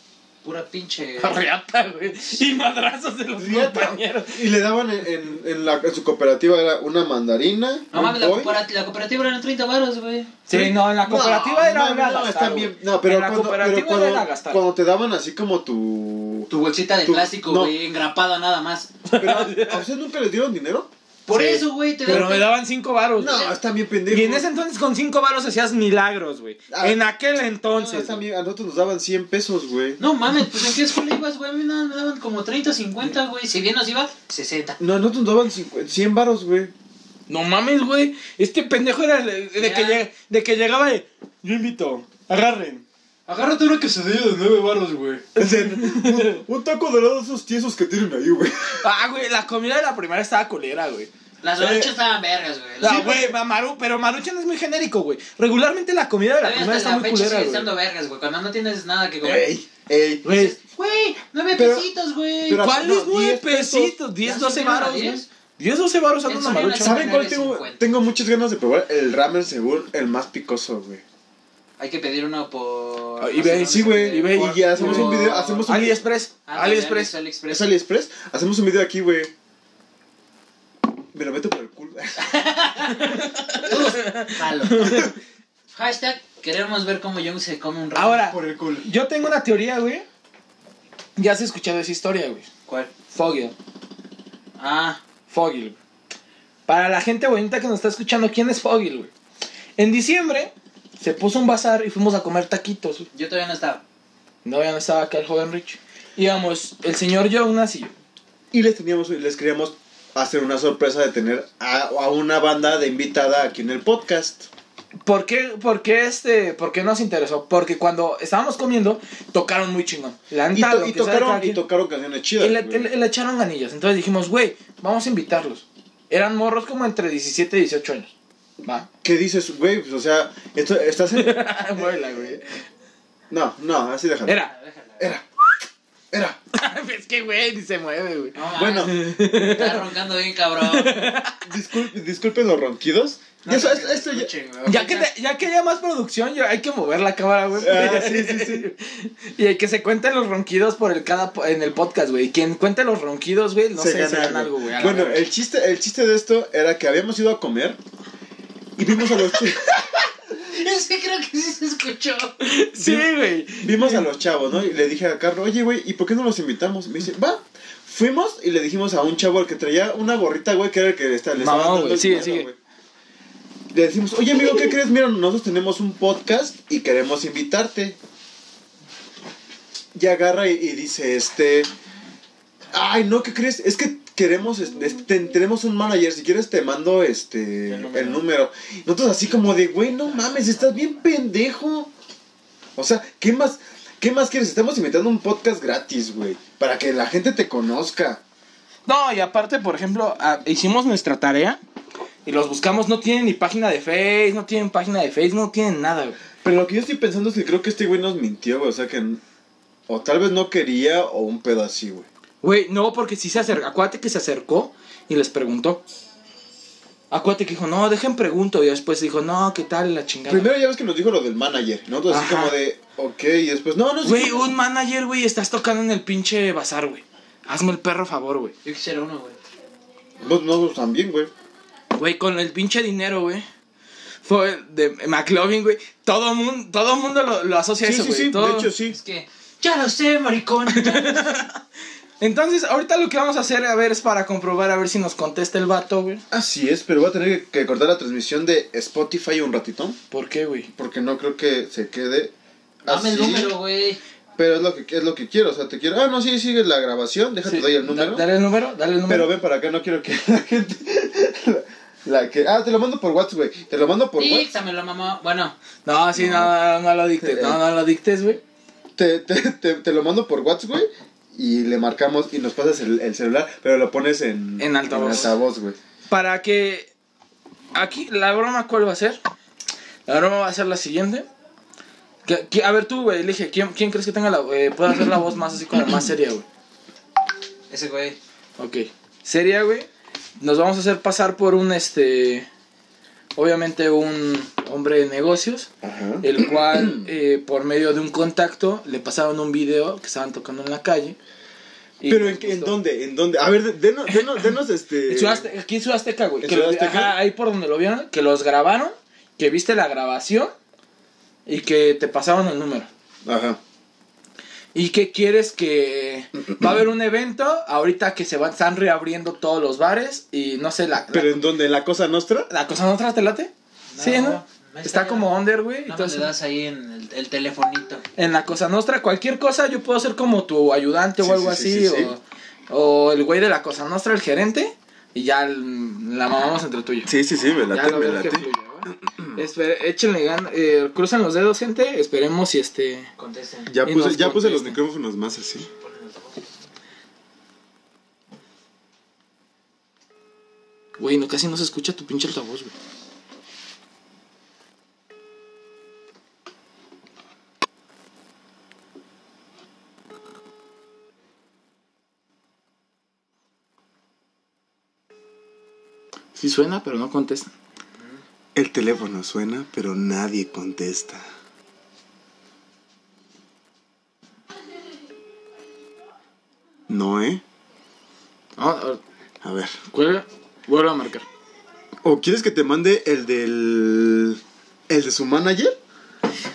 S2: Pura [LAUGHS] pinche.
S4: [LAUGHS] Riata, güey. Y madrazos de los
S3: Riata.
S4: compañeros.
S3: Y le daban en, en, en la, en su cooperativa era una mandarina.
S2: No mames, la,
S3: un boy.
S2: cooperat- la cooperativa eran 30 varos, güey.
S4: Sí, no, en la cooperativa era
S3: no,
S4: era
S3: no,
S4: gastar,
S3: están
S4: güey.
S3: bien- no, pero
S4: En la
S3: cuando,
S4: cooperativa
S3: pero cuando-
S4: era gastar.
S3: cuando te daban así como tu...
S4: [LAUGHS]
S2: Tu bolsita de
S3: Tu-
S2: plástico,
S3: no.
S2: güey, engrapada nada más.
S3: Pero, ¿A ustedes nunca les dieron dinero?
S2: Por
S4: Sí.
S2: eso, güey, te
S4: Pero
S2: dan-
S4: me daban cinco varos. güey.
S3: No, están bien pendejos.
S4: Pues, eh, Y en ese entonces con cinco varos hacías milagros, güey.
S3: Ah.
S4: en aquel
S3: No,
S4: entonces.
S3: están bien- a nosotros nos daban 100 pesos, güey.
S2: No mames, pues en qué escuela ibas, güey. A mí nada, me daban como 30, 50, güey. Si bien nos iba, 60.
S3: No, a nosotros nos daban 50 100 varos, güey.
S4: No mames, güey. Este pendejo era de, de que,
S2: Ya.
S4: lleg- de que llegaba de. Yo invito, agarren.
S2: Agárrate una quesadilla de 9 varos, güey.
S3: un, un taco de lado esos tiesos que tienen ahí, güey.
S4: Ah, güey, la comida de la primera estaba colera, güey.
S2: Las oranchas estaban vergas, güey.
S4: La, güey, ma- Maru, pero Maruchan es muy genérico, güey. Regularmente la comida de la
S2: Todavía
S4: primera
S2: hasta
S4: está
S2: la
S4: muy
S2: fecha
S4: culera,
S2: sigue
S4: güey.
S2: estando vergas, güey. Cuando no tienes nada que comer.
S3: Ey, ey.
S4: Güey,
S2: Güey, 9
S3: Pero-
S2: pesitos, güey.
S3: pero-
S4: ¿cuáles
S3: No, 10
S4: nueve
S3: pesos.
S4: pesitos?
S2: ¿Ya
S4: 10,
S2: se
S4: 12
S2: subieron a
S4: varos, güey.
S2: 10?
S4: 10, 12 varos a
S2: Ya
S4: una
S2: subieron a
S4: Maruchan.
S3: ¿Saben cuál tengo?
S2: 9.50?
S3: Tengo muchas ganas de probar el ramen según el más picoso, güey.
S2: Hay que pedir uno por.
S4: Ah,
S2: no sé
S4: eBay, sí,
S2: dónde,
S4: güey, eBay,
S2: por-
S4: y ya hacemos
S3: un video, hacemos un-
S4: AliExpress,
S2: Ah,
S4: AliExpress.
S3: ¿Es
S2: AliExpress.
S3: AliExpress? Hacemos un video aquí, güey. Me lo meto por el
S4: [LAUGHS]
S3: culo.
S2: [LAUGHS] Jalo. Hashtag, queremos ver cómo Young se come un ramen.
S4: Ahora,
S3: por el culo.
S4: yo tengo una teoría, güey. Ya has escuchado esa historia, güey.
S2: ¿Cuál?
S4: Fogel.
S2: Ah,
S4: Fogel. Para la gente bonita que nos está escuchando, ¿quién es Fogel, güey? En diciembre se puso un bazar y fuimos a comer taquitos, güey.
S2: yo todavía no estaba.
S4: No, ya no estaba acá el joven Rich. Íbamos, el señor Jonas y yo.
S3: Y les teníamos, les queríamos hacer una sorpresa de tener a, a una banda de invitada aquí en el podcast.
S4: ¿Por qué, por qué este, por qué nos interesó? Porque cuando estábamos comiendo, tocaron muy chingón. La
S3: Y,
S4: neta,
S3: to-
S4: lo
S3: y
S4: que sea de cada
S3: tocaron, y
S4: quien.
S3: tocaron canciones chidas.
S4: Y le,
S3: güey.
S4: le- le echaron ganillas. Entonces dijimos, güey, vamos a invitarlos. Eran morros como entre 17 y 18 años. Va.
S3: ¿Qué dices, güey? Pues, o sea, esto, estás
S4: [LAUGHS]
S3: en...
S4: Muévela, güey.
S3: No, no, así déjalo.
S4: Era. [LAUGHS]
S2: Déjala.
S3: Era. Era.
S4: es que, güey, ni se mueve, güey.
S2: No, mames,
S3: Bueno,
S4: Ah.
S2: Está roncando bien,
S4: [LAUGHS]
S2: cabrón.
S3: discul- disculpen los ronquidos.
S2: No,
S3: Eso,
S2: no,
S3: es-
S2: que
S3: esto Ah, ya-
S2: escuchen, güey.
S4: Ya que, te- ya que haya más producción, yo- hay que mover la cámara, güey. [LAUGHS]
S3: Ah, sí, sí, sí.
S4: y hay que se cuenten los ronquidos por el cada po- en el podcast, güey. Y Quien cuente los ronquidos, güey, no
S3: se
S4: sé,
S3: gana
S4: se gana
S3: algo.
S4: algo, güey. a la
S3: Bueno,
S4: verga.
S3: el chiste, el chiste de esto era que habíamos ido a comer y vimos a los,
S4: [LAUGHS]
S3: ch-
S2: [LAUGHS] Es que creo que sí se escuchó.
S3: eh,
S4: sí, güey.
S3: vimos a los chavos, ¿no? Y le dije a Carlos, oye, güey, ¿y por qué no los invitamos? Me dice, va. Fuimos y le dijimos a un chavo al que traía una gorrita, güey, que era el que está, le estaba
S4: Mamá,
S3: dando
S4: güey,
S3: el
S4: sigue,
S3: dinero,
S4: sigue.
S3: güey. Le decimos, oye, amigo, ¿qué crees? Mira, nosotros tenemos un podcast y queremos invitarte. Y agarra y, y dice, este... Ay, no, ¿qué crees? Es que queremos, este, este, tenemos un manager, si quieres te mando este el número. Nosotros así como de, güey, no mames, estás bien pendejo. O sea, ¿qué más, qué más quieres? Estamos inventando un podcast gratis, güey, para que la gente te conozca.
S4: No, y aparte, por ejemplo, ah, hicimos nuestra tarea y los buscamos, no tienen ni página de Face, no tienen página de Face, no tienen nada, güey.
S3: Pero lo que yo estoy pensando es que creo que este güey nos mintió, güey, o sea que n- o tal vez no quería o un pedo así, güey.
S4: Güey, no, porque sí se acercó, acuérdate que se acercó y les preguntó. Acuérdate que dijo, no, dejen pregunto. Y después dijo, no, ¿qué tal la chingada?
S3: Primero ya ves que nos dijo lo del manager, ¿no? Nosotros así
S4: Ajá.
S3: como de, ok, y después, no, no, sí.
S4: Güey, un manager, güey, estás tocando en el pinche bazar, güey. Hazme el perro favor, güey.
S2: Yo quisiera uno, güey.
S3: no, no, también, güey.
S4: Güey, con el pinche dinero, güey. Fue de McLovin, güey. Todo mundo, todo mundo lo, lo asocia
S3: Sí,
S4: a eso,
S3: sí,
S4: güey.
S3: sí,
S4: Todo-
S3: de hecho sí.
S2: Es que. Ya lo sé, maricón. ya lo sé.
S4: Entonces, ahorita lo que vamos a hacer, a ver, es para comprobar, a ver si nos contesta el vato, güey.
S3: Así es, pero voy a tener que cortar la transmisión de Spotify un ratito.
S4: ¿Por qué, güey?
S3: Porque no creo que se quede así.
S2: Dame el número, güey.
S3: Pero es lo que es lo que quiero, o sea, te quiero. Ah, no, sí, sigue la grabación, déjate
S4: Sí,
S3: doy el
S4: da-
S3: número.
S4: Dale el número, dale el número.
S3: Pero ven para acá, no quiero que [LAUGHS] la gente la, la que Ah, te lo mando por WhatsApp, güey. Te lo mando por WhatsApp.
S2: Díxamelo, mamá. Bueno,
S4: No, sí, no, no, no lo dictes,
S3: Eh.
S4: no, no lo dictes, güey.
S3: Te, te, te, te lo mando por WhatsApp, güey. Y le marcamos y nos pasas el, el celular, pero lo pones en,
S4: En altavoz.
S3: altavoz, güey.
S4: Para que. Aquí, la broma, ¿cuál va a ser? La broma va a ser la siguiente. Que- que- a ver, tú, güey, elige, ¿quién, quién crees que tenga la, eh, pueda hacer la voz más así como más seria, güey?
S2: ese güey.
S4: Ok. Seria, güey. Nos vamos a hacer pasar por un, este... obviamente un hombre de negocios,
S3: Ajá.
S4: el cual eh, por medio de un contacto le pasaron un video que estaban tocando en la calle. y
S3: Pero
S4: les
S3: en, qué- en
S4: gustó.
S3: dónde, en dónde. A ver, de- denos, denos, denos este.
S4: En Ciudad Azte- aquí en Ciudad Azteca, güey.
S3: ¿En
S4: que
S3: Ciudad
S4: lo-
S3: Azteca?
S4: ajá, ahí por donde lo vieron, que los grabaron, que viste la grabación y que te pasaron el número.
S3: Ajá.
S4: ¿Y qué quieres que va a haber un evento ahorita que se van, están reabriendo todos los bares y no sé, la,
S3: Pero en dónde, en la cosa nostra.
S4: la, la cosa no te late? sí, ¿no?
S2: me
S4: Está como under, güey. y
S2: Nada
S4: todo
S2: más le
S4: eso.
S2: das ahí en el, el telefonito.
S4: En la cosa nostra, cualquier cosa, yo puedo ser como tu ayudante
S3: Sí,
S4: o algo
S3: sí, sí,
S4: así.
S3: sí,
S4: o, o el güey de la cosa nostra, el gerente, y ya mm, la mamamos entre tú y yo.
S3: Sí, sí, sí, me
S4: Ya
S3: late,
S4: lo
S3: me
S4: veo
S3: late.
S4: que fluye, ¿va? Espere- échenle ganas, eh, cruzan los dedos, gente, esperemos si este...
S2: Contesten.
S3: Ya
S4: Y
S3: puse,
S4: nos
S3: ya puse los
S4: contesta.
S3: micrófonos más así.
S4: Güey, no, casi no se escucha tu pinche altavoz, güey. Sí suena, pero no contesta.
S3: El teléfono suena, pero nadie contesta. No, ¿eh?
S4: No, Ah, a ver,
S3: A ver.
S4: cuelga, vuelve a marcar.
S3: ¿O quieres que te mande el del. el de su manager?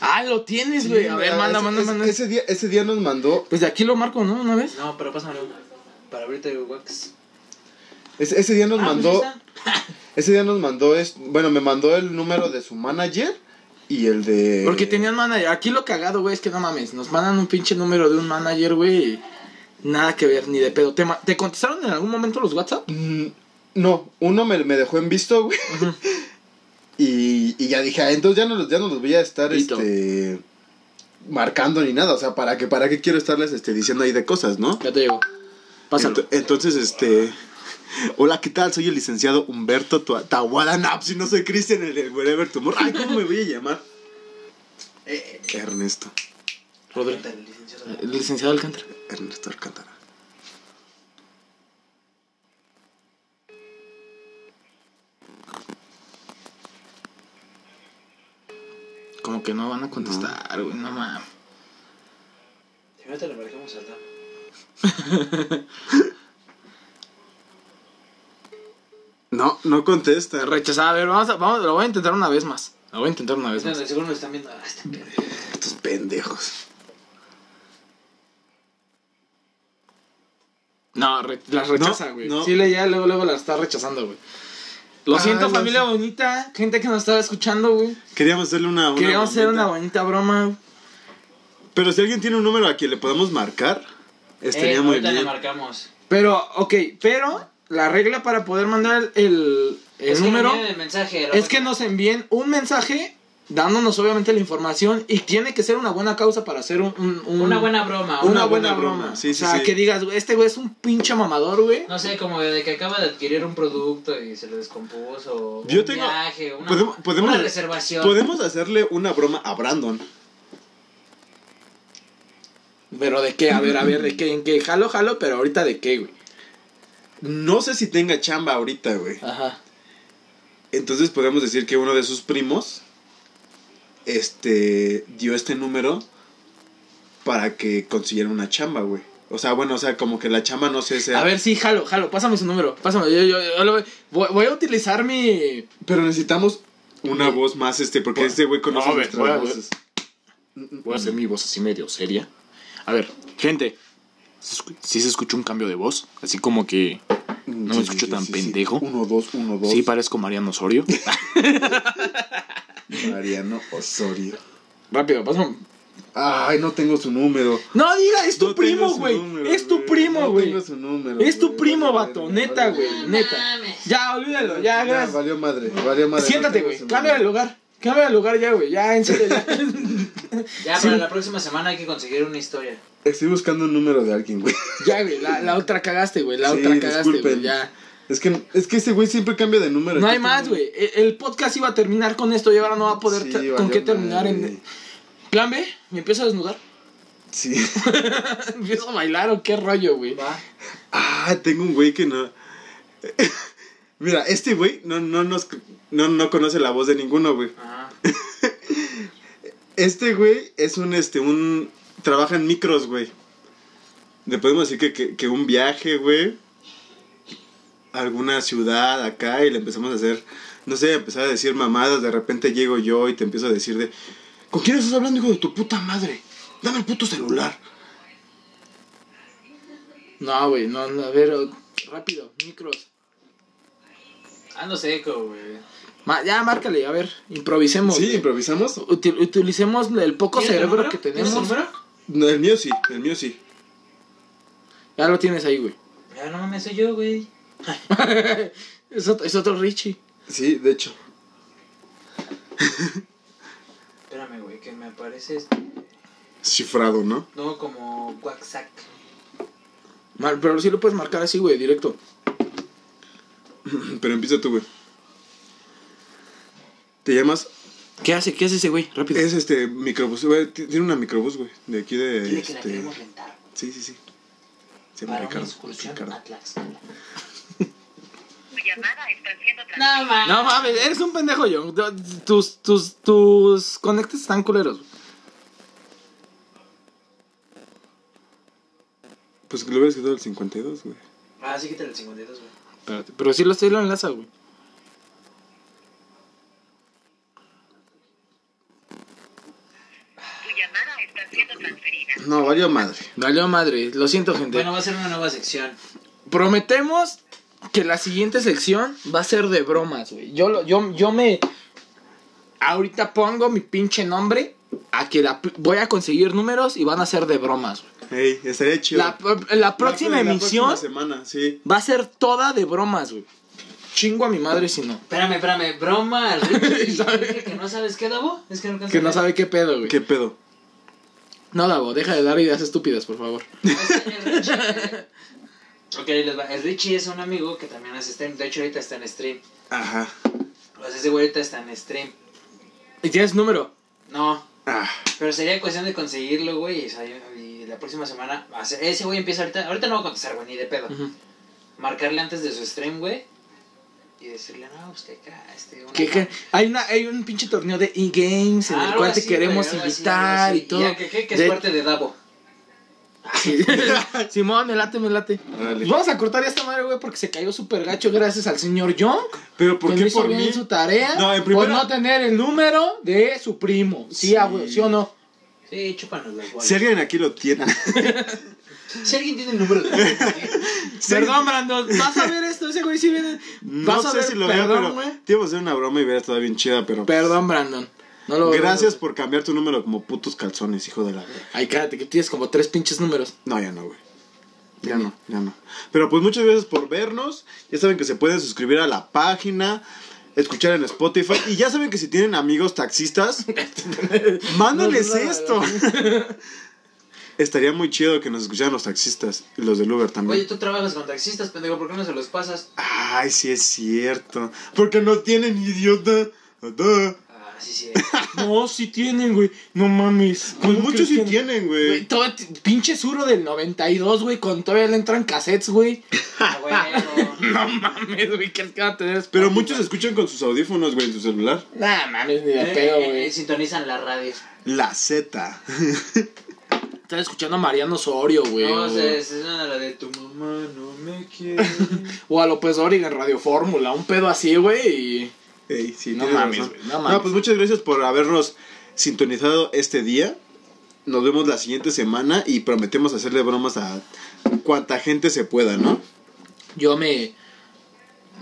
S4: Ah, lo tienes, güey. a ver,
S3: Ah,
S4: manda,
S3: ese-
S4: manda,
S3: ese-
S4: manda.
S3: Ese día, ese día nos mandó.
S4: Pues de aquí lo marco, ¿no? ¿Una vez?
S2: No, pero pásamelo. Para abrirte el wax.
S3: Ese, ese día nos
S2: Ah,
S3: mandó.
S2: pues ya está.
S3: ese día nos mandó. Es, bueno, me mandó el número de su manager y el de.
S4: Porque tenían manager. Aquí lo cagado, güey, es que no mames. Nos mandan un pinche número de un manager, güey. y Nada que ver, ni de pedo. ¿Te, ma- ¿Te contestaron en algún momento los WhatsApp?
S3: Mm, No, uno me, me dejó en visto, güey. [LAUGHS] y, y ya dije, ah, entonces ya no los, ya no los voy a estar
S4: Listo.
S3: este marcando ni nada. O sea, ¿para qué, para qué quiero estarles este, diciendo ahí de cosas, no?
S4: Ya te llegó. Pásalo.
S3: Ento- entonces, este. [LAUGHS] Hola, ¿qué tal? Soy el licenciado Humberto Tua- Tawada Nap. Si no soy Cristian, el de Wherever Tumor. Ay, ¿cómo me voy a
S4: [LAUGHS]
S3: llamar?
S2: Eh,
S3: Ernesto.
S4: Rodri.
S2: eh, licenciado.
S4: El licenciado Alcántara.
S3: Ernesto Alcántara.
S4: Como que no van a contestar, güey, no mames.
S2: Si no te lo marcamos al lado.
S3: No, no contesta.
S4: Rechazada, a ver, vamos a, vamos, lo voy a intentar una vez más. Lo voy a intentar una vez
S2: Es
S4: más.
S2: donde seguro nos están viendo. Ah, este pendejo.
S3: Estos pendejos.
S4: No, re- las rechaza,
S3: No,
S4: güey.
S3: no.
S4: Sí, le, ya luego, luego las está rechazando, güey. Lo
S3: Ah,
S4: siento,
S3: lo
S4: familia bonita, gente que nos estaba escuchando, güey.
S3: Queríamos hacerle una. una
S4: Queríamos hacer una
S3: bromita.
S4: bonita broma, güey.
S3: Pero si alguien tiene un número a quien le podamos marcar, estaría
S2: Eh,
S3: muy
S2: ahorita le
S3: bien.
S2: marcamos.
S4: Pero, ok, pero la regla para poder mandar el, el, el
S2: Es que
S4: número
S2: no viene el mensaje.
S4: es que nos envíen un mensaje dándonos obviamente la información y tiene que ser una buena causa para hacer un... un- un-
S2: Una buena broma.
S4: una,
S2: una-
S4: buena,
S3: buena
S4: broma.
S3: broma, sí,
S4: o
S3: sí,
S4: sea,
S3: sí.
S4: que digas, "Güey, este güey es un pinche mamador, güey.
S2: No sé, como de que acaba de adquirir un producto y se lo descompuso.
S3: Yo
S2: un
S3: tengo-
S2: viaje, una,
S3: podemos- podemos-
S2: una reservación.
S3: Podemos hacerle una broma a Brandon.
S4: Pero de qué, a ver, a ver, de qué, en qué, jalo, jalo, pero ahorita de qué, güey.
S3: No sé si tenga chamba ahorita, güey.
S4: Ajá.
S3: Entonces podemos decir que uno de sus primos este dio este número para que consiguiera una chamba, güey. O sea, bueno, o sea, como que la chamba no sé sea.
S4: A ver, sí, jalo, jalo, pásame su número, pásame, yo, yo, yo lo voy, voy- voy a utilizar mi...
S3: pero necesitamos una voz más este porque
S4: Bueno,
S3: este güey conoce
S4: a ver,
S3: nuestras
S4: voy a-
S3: voces.
S4: Voy a hacer mi voz así medio seria. A ver, gente, si se escucha un cambio de voz, así como que
S3: No
S4: me escucho tan pendejo.
S3: Uno, dos, uno, dos.
S4: parezco Mariano Osorio.
S3: Mariano Osorio.
S4: [LAUGHS] Rápido, pásame.
S3: Ay, no tengo su número.
S4: No diga, es tu
S3: No tengo
S4: primo,
S3: su
S4: güey.
S3: número,
S4: Es tu primo,
S3: No
S4: güey.
S3: tengo su número,
S4: es tu
S3: güey.
S4: primo,
S3: Vale,
S4: vato,
S3: vale,
S4: neta,
S3: vale.
S4: güey, neta. Ya, olvídalo, ya, gracias.
S3: valió madre, valió madre.
S4: Siéntate,
S3: no tengo
S4: güey,
S3: su
S4: cambia de
S3: número.
S4: lugar. Cambia de lugar ya, güey, ya, en serio, ya. [LAUGHS]
S2: Ya para la próxima semana hay que conseguir una historia.
S3: Estoy buscando un número de alguien, güey.
S4: ya, güey, la, la otra cagaste, güey, la
S3: Sí,
S4: otra cagaste, güey,
S3: disculpen.
S4: ya.
S3: Es que, es que ese güey siempre cambia de número.
S4: No hay
S3: Entonces,
S4: más, güey. El, el podcast iba a terminar con esto y ahora no va a poder
S3: Sí,
S4: ter-
S3: valió
S4: con qué terminar
S3: madre.
S4: en... Plan B, me empiezo a desnudar. [LAUGHS]
S3: Sí. [LAUGHS]
S4: ¿Empiezo a bailar o qué rollo, güey?
S2: Va.
S3: Ah, tengo un güey que no. [LAUGHS] Mira, este güey no, no, nos, no, no conoce la voz de ninguno, güey.
S2: Ajá.
S3: Este güey es un, este, un... Trabaja en micros, güey. Le podemos decir que, que, que un viaje, güey. a Alguna ciudad acá y le empezamos a hacer... No sé, empezar a decir mamadas. De repente llego yo y te empiezo a decir de... ¿Con quién estás hablando, hijo de tu puta madre? Dame el puto celular.
S4: No, güey, no, no, a ver, oh, rápido, micros.
S2: Ando seco, güey.
S4: Ma- ya, márcale, a ver, improvisemos.
S3: ¿Sí?
S4: güey.
S3: ¿Improvisamos?
S4: Util- utilicemos el poco
S2: ¿Tienes tu
S4: cerebro
S2: número?
S4: que
S2: ¿Tienes tu
S4: tenemos.
S2: número?
S3: No, el mío sí, el mío sí.
S4: Ya lo tienes ahí, güey. [LAUGHS]
S2: Ya no mames, soy yo, güey.
S4: Es otro, es otro Richie.
S3: Sí, de hecho.
S2: Espérame, güey, que me apareces.
S3: Cifrado, ¿no? [CLEARS THROAT]
S2: No, como WhatsApp.
S4: Mar- pero sí lo puedes marcar así, güey, directo.
S3: Pero empieza tú, güey. Te llamas...
S4: ¿Qué hace? ¿Qué hace ese güey? Rápido.
S3: Es este microbús, güey. ti- Tiene una microbús, güey. De aquí de...
S2: Dile que la
S3: este,
S2: queremos rentar.
S3: Sí, sí, sí. Se llama
S2: Para una
S3: Ricardo.
S2: excursión
S3: Ricardo.
S2: a Tlaxcala.
S8: Su llamada está siendo transmitida.
S2: No mames.
S4: No mames, eres un pendejo, John. Tus, tus, tus conectes están culeros.
S3: Pues que lo hubieras quedado el 52, güey.
S2: Ah, sí, quítale el 52, güey.
S4: Espérate, pero sí lo, sí lo enlaza, güey.
S8: Su llamada está siendo transferida.
S3: No, valió madre.
S4: Valió madre, lo siento, gente.
S2: Bueno, va a ser una nueva sección.
S4: Prometemos que la siguiente sección va a ser de bromas, güey. Yo, lo- yo, yo me. Ahorita pongo mi pinche nombre a que la, voy a conseguir números y van a ser de bromas, güey.
S3: Ey, estaría chido.
S4: La, la próxima
S3: La- la
S4: emisión
S3: próxima semana, sí.
S4: va a ser toda de bromas, güey. Chingo a mi madre si no.
S2: Espérame, espérame. Broma al Richie. Dije que no sabes qué, Dabo. Es que no alcanzo
S4: Que no
S2: a ver.
S4: sabe qué pedo, güey.
S3: ¿Qué pedo?
S4: No, Davo, deja de dar ideas estúpidas, por favor.
S2: El Richie- Ok, ahí les va. El Richie es un amigo que también hace stream. De hecho, ahorita está en stream.
S3: Ajá.
S2: O sea, ese güey ahorita está en stream.
S4: ¿Y tienes número?
S2: No,
S3: Ah,
S2: pero sería cuestión de conseguirlo, güey. o sea, y- Y la próxima semana. o sea, Ese güey empieza ahorita. Ahorita no va a contestar, güey, ni de pedo.
S4: Ujú.
S2: Marcarle antes de su stream, güey. Y decirle, no, pues que acá. Este, una-
S4: Que, que hay, una, hay un pinche torneo de e-games en
S2: Ah,
S4: el
S2: algo
S4: cual te
S2: así,
S4: queremos
S2: güey, algo así,
S4: invitar
S2: algo
S4: y
S2: así.
S4: todo.
S2: ya, que, que, que es
S4: De-
S2: parte de Dabo.
S4: Sí.
S3: [LAUGHS]
S4: Simón, me late, me late.
S3: órale.
S4: Pues Vamos a cortar esta madre, güey, porque se cayó súper gacho gracias al señor Young.
S3: Pero ¿por
S4: que
S3: qué
S4: no hizo
S3: por
S4: bien
S3: mí?
S4: su tarea
S3: No, en
S4: por
S3: primera-
S4: no tener el número de su primo. Sí,
S3: Sí.
S4: ah, güey, ¿sí o no?
S2: Sí, chúpanos las bolas.
S3: Si alguien aquí lo
S4: [LAUGHS]
S3: tiene.
S2: Si alguien tiene el número de
S4: Perdón, Brandon, vas a ver esto, ese güey sí viene.
S3: No
S4: Vas a
S3: sé
S4: ver,
S3: si lo veo,
S4: perdón,
S3: pero.
S4: güey.
S3: Te íbamos a hacer una broma y hubiera estado bien chida, pero.
S4: Perdón, Brandon. No lo
S3: Gracias
S4: no
S3: por cambiar tu número como putos calzones, hijo de la verga.
S4: lo- Ay, cállate, que tienes como tres pinches números.
S3: No, ya no, güey. Ya no, ya no. Pero pues muchas gracias por vernos. Ya saben que se pueden suscribir a la página, escuchar en Spotify. Y ya saben que si tienen amigos
S4: [LAUGHS]
S3: taxistas, mándales
S4: No, no, no,
S3: esto. [LAUGHS] Estaría muy chido que nos escucharan los taxistas y los del Uber también.
S2: Oye, tú trabajas con taxistas, pendejo, ¿por qué no se los pasas?
S3: Ay, sí es cierto. Porque no tienen idiota. Pues Adá.
S2: Ah, sí, sí.
S4: No, sí tienen, güey. No mames.
S3: Pues
S4: ¿Cómo
S3: muchos
S4: crees
S3: sí
S4: que no?
S3: tienen,
S4: Güey,
S3: güey.
S4: todo t- pinche suro del 92, güey, con todavía le entran cassettes, güey.
S2: Ah,
S4: [LAUGHS]
S2: güey, no.
S4: No mames, güey, ¿qué es que va a tener?
S3: Pero muchos escuchan con sus audífonos, güey, en su celular.
S4: Nah, mames, ni de
S2: Eh,
S4: pedo,
S2: eh,
S4: güey.
S2: Sintonizan la radio.
S3: La Z.
S4: Están escuchando a Mariano Osorio, güey.
S2: No,
S4: o,
S2: se, se suena la de tu mamá no me quiere.
S4: o a López Dóriga en Radio Fórmula, un pedo así, güey. Y...
S3: Ey, sí,
S4: No
S3: tienes
S4: mames,
S3: razón.
S4: güey, no mames.
S3: pues muchas gracias por habernos sintonizado este día. Nos vemos la siguiente semana y prometemos hacerle bromas a cuanta gente se pueda, ¿no?
S4: Yo me.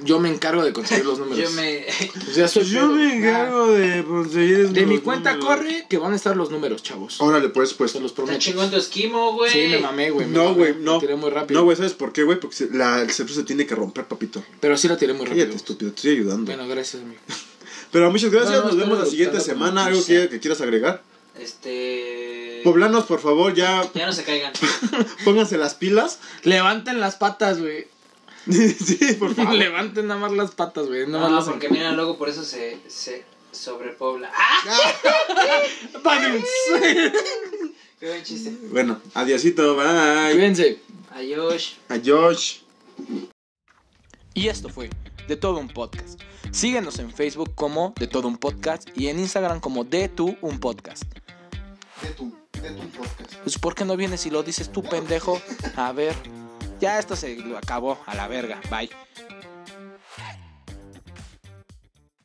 S4: Yo me encargo de conseguir los [LAUGHS] números.
S2: Yo me.
S4: O sea,
S3: Pues
S4: soy Pues pedo.
S3: de conseguir.
S4: De mi cuenta corre que van a estar los números, chavos.
S3: Órale, pues, pues.
S4: Se los
S2: Está
S4: prometo.
S2: chingón tu esquimo, güey.
S4: Sí, me mamé, güey. me
S3: No,
S4: mamé.
S3: güey, no.
S4: La tiré muy rápido.
S3: No, güey, ¿sabes por qué, güey? Porque se- la- el cepillo se tiene que romper, papito.
S4: Pero sí la tiré muy rápido.
S3: Fíjate, estúpido, te estoy ayudando.
S4: Bueno, gracias, amigo.
S3: Pero muchas gracias,
S4: No, no,
S3: nos vemos la
S4: espéralo,
S3: siguiente
S4: espéralo,
S3: semana.
S4: espéralo.
S3: ¿Algo que, que quieras agregar?
S2: Este.
S3: Poblanos, por favor, ya [LAUGHS]
S2: Ya no se caigan.
S3: pónganse las pilas.
S4: [LAUGHS]
S3: [LAUGHS]
S4: Levanten las patas, güey.
S3: sí,
S4: [LAUGHS]
S3: por favor.
S4: Levanten nada más las patas, güey. Nada
S2: [LAUGHS] No,
S4: más las
S2: porque mira, luego por eso se, se sobrepobla. ¡Ah!
S4: ¡Padres! [LAUGHS]
S2: Qué buen chiste.
S3: Bueno, adiosito, bye.
S4: Cuídense.
S2: Adiós.
S3: A Josh.
S4: Y esto fue De Todo Un Podcast. Síguenos en Facebook como De Todo Un Podcast y en Instagram como De Tu Un Podcast.
S6: De tu, de tu podcast.
S4: Pues ¿por qué no vienes y lo dices tú, pendejo? A ver. Ya esto se acabó, a la verga. Bye.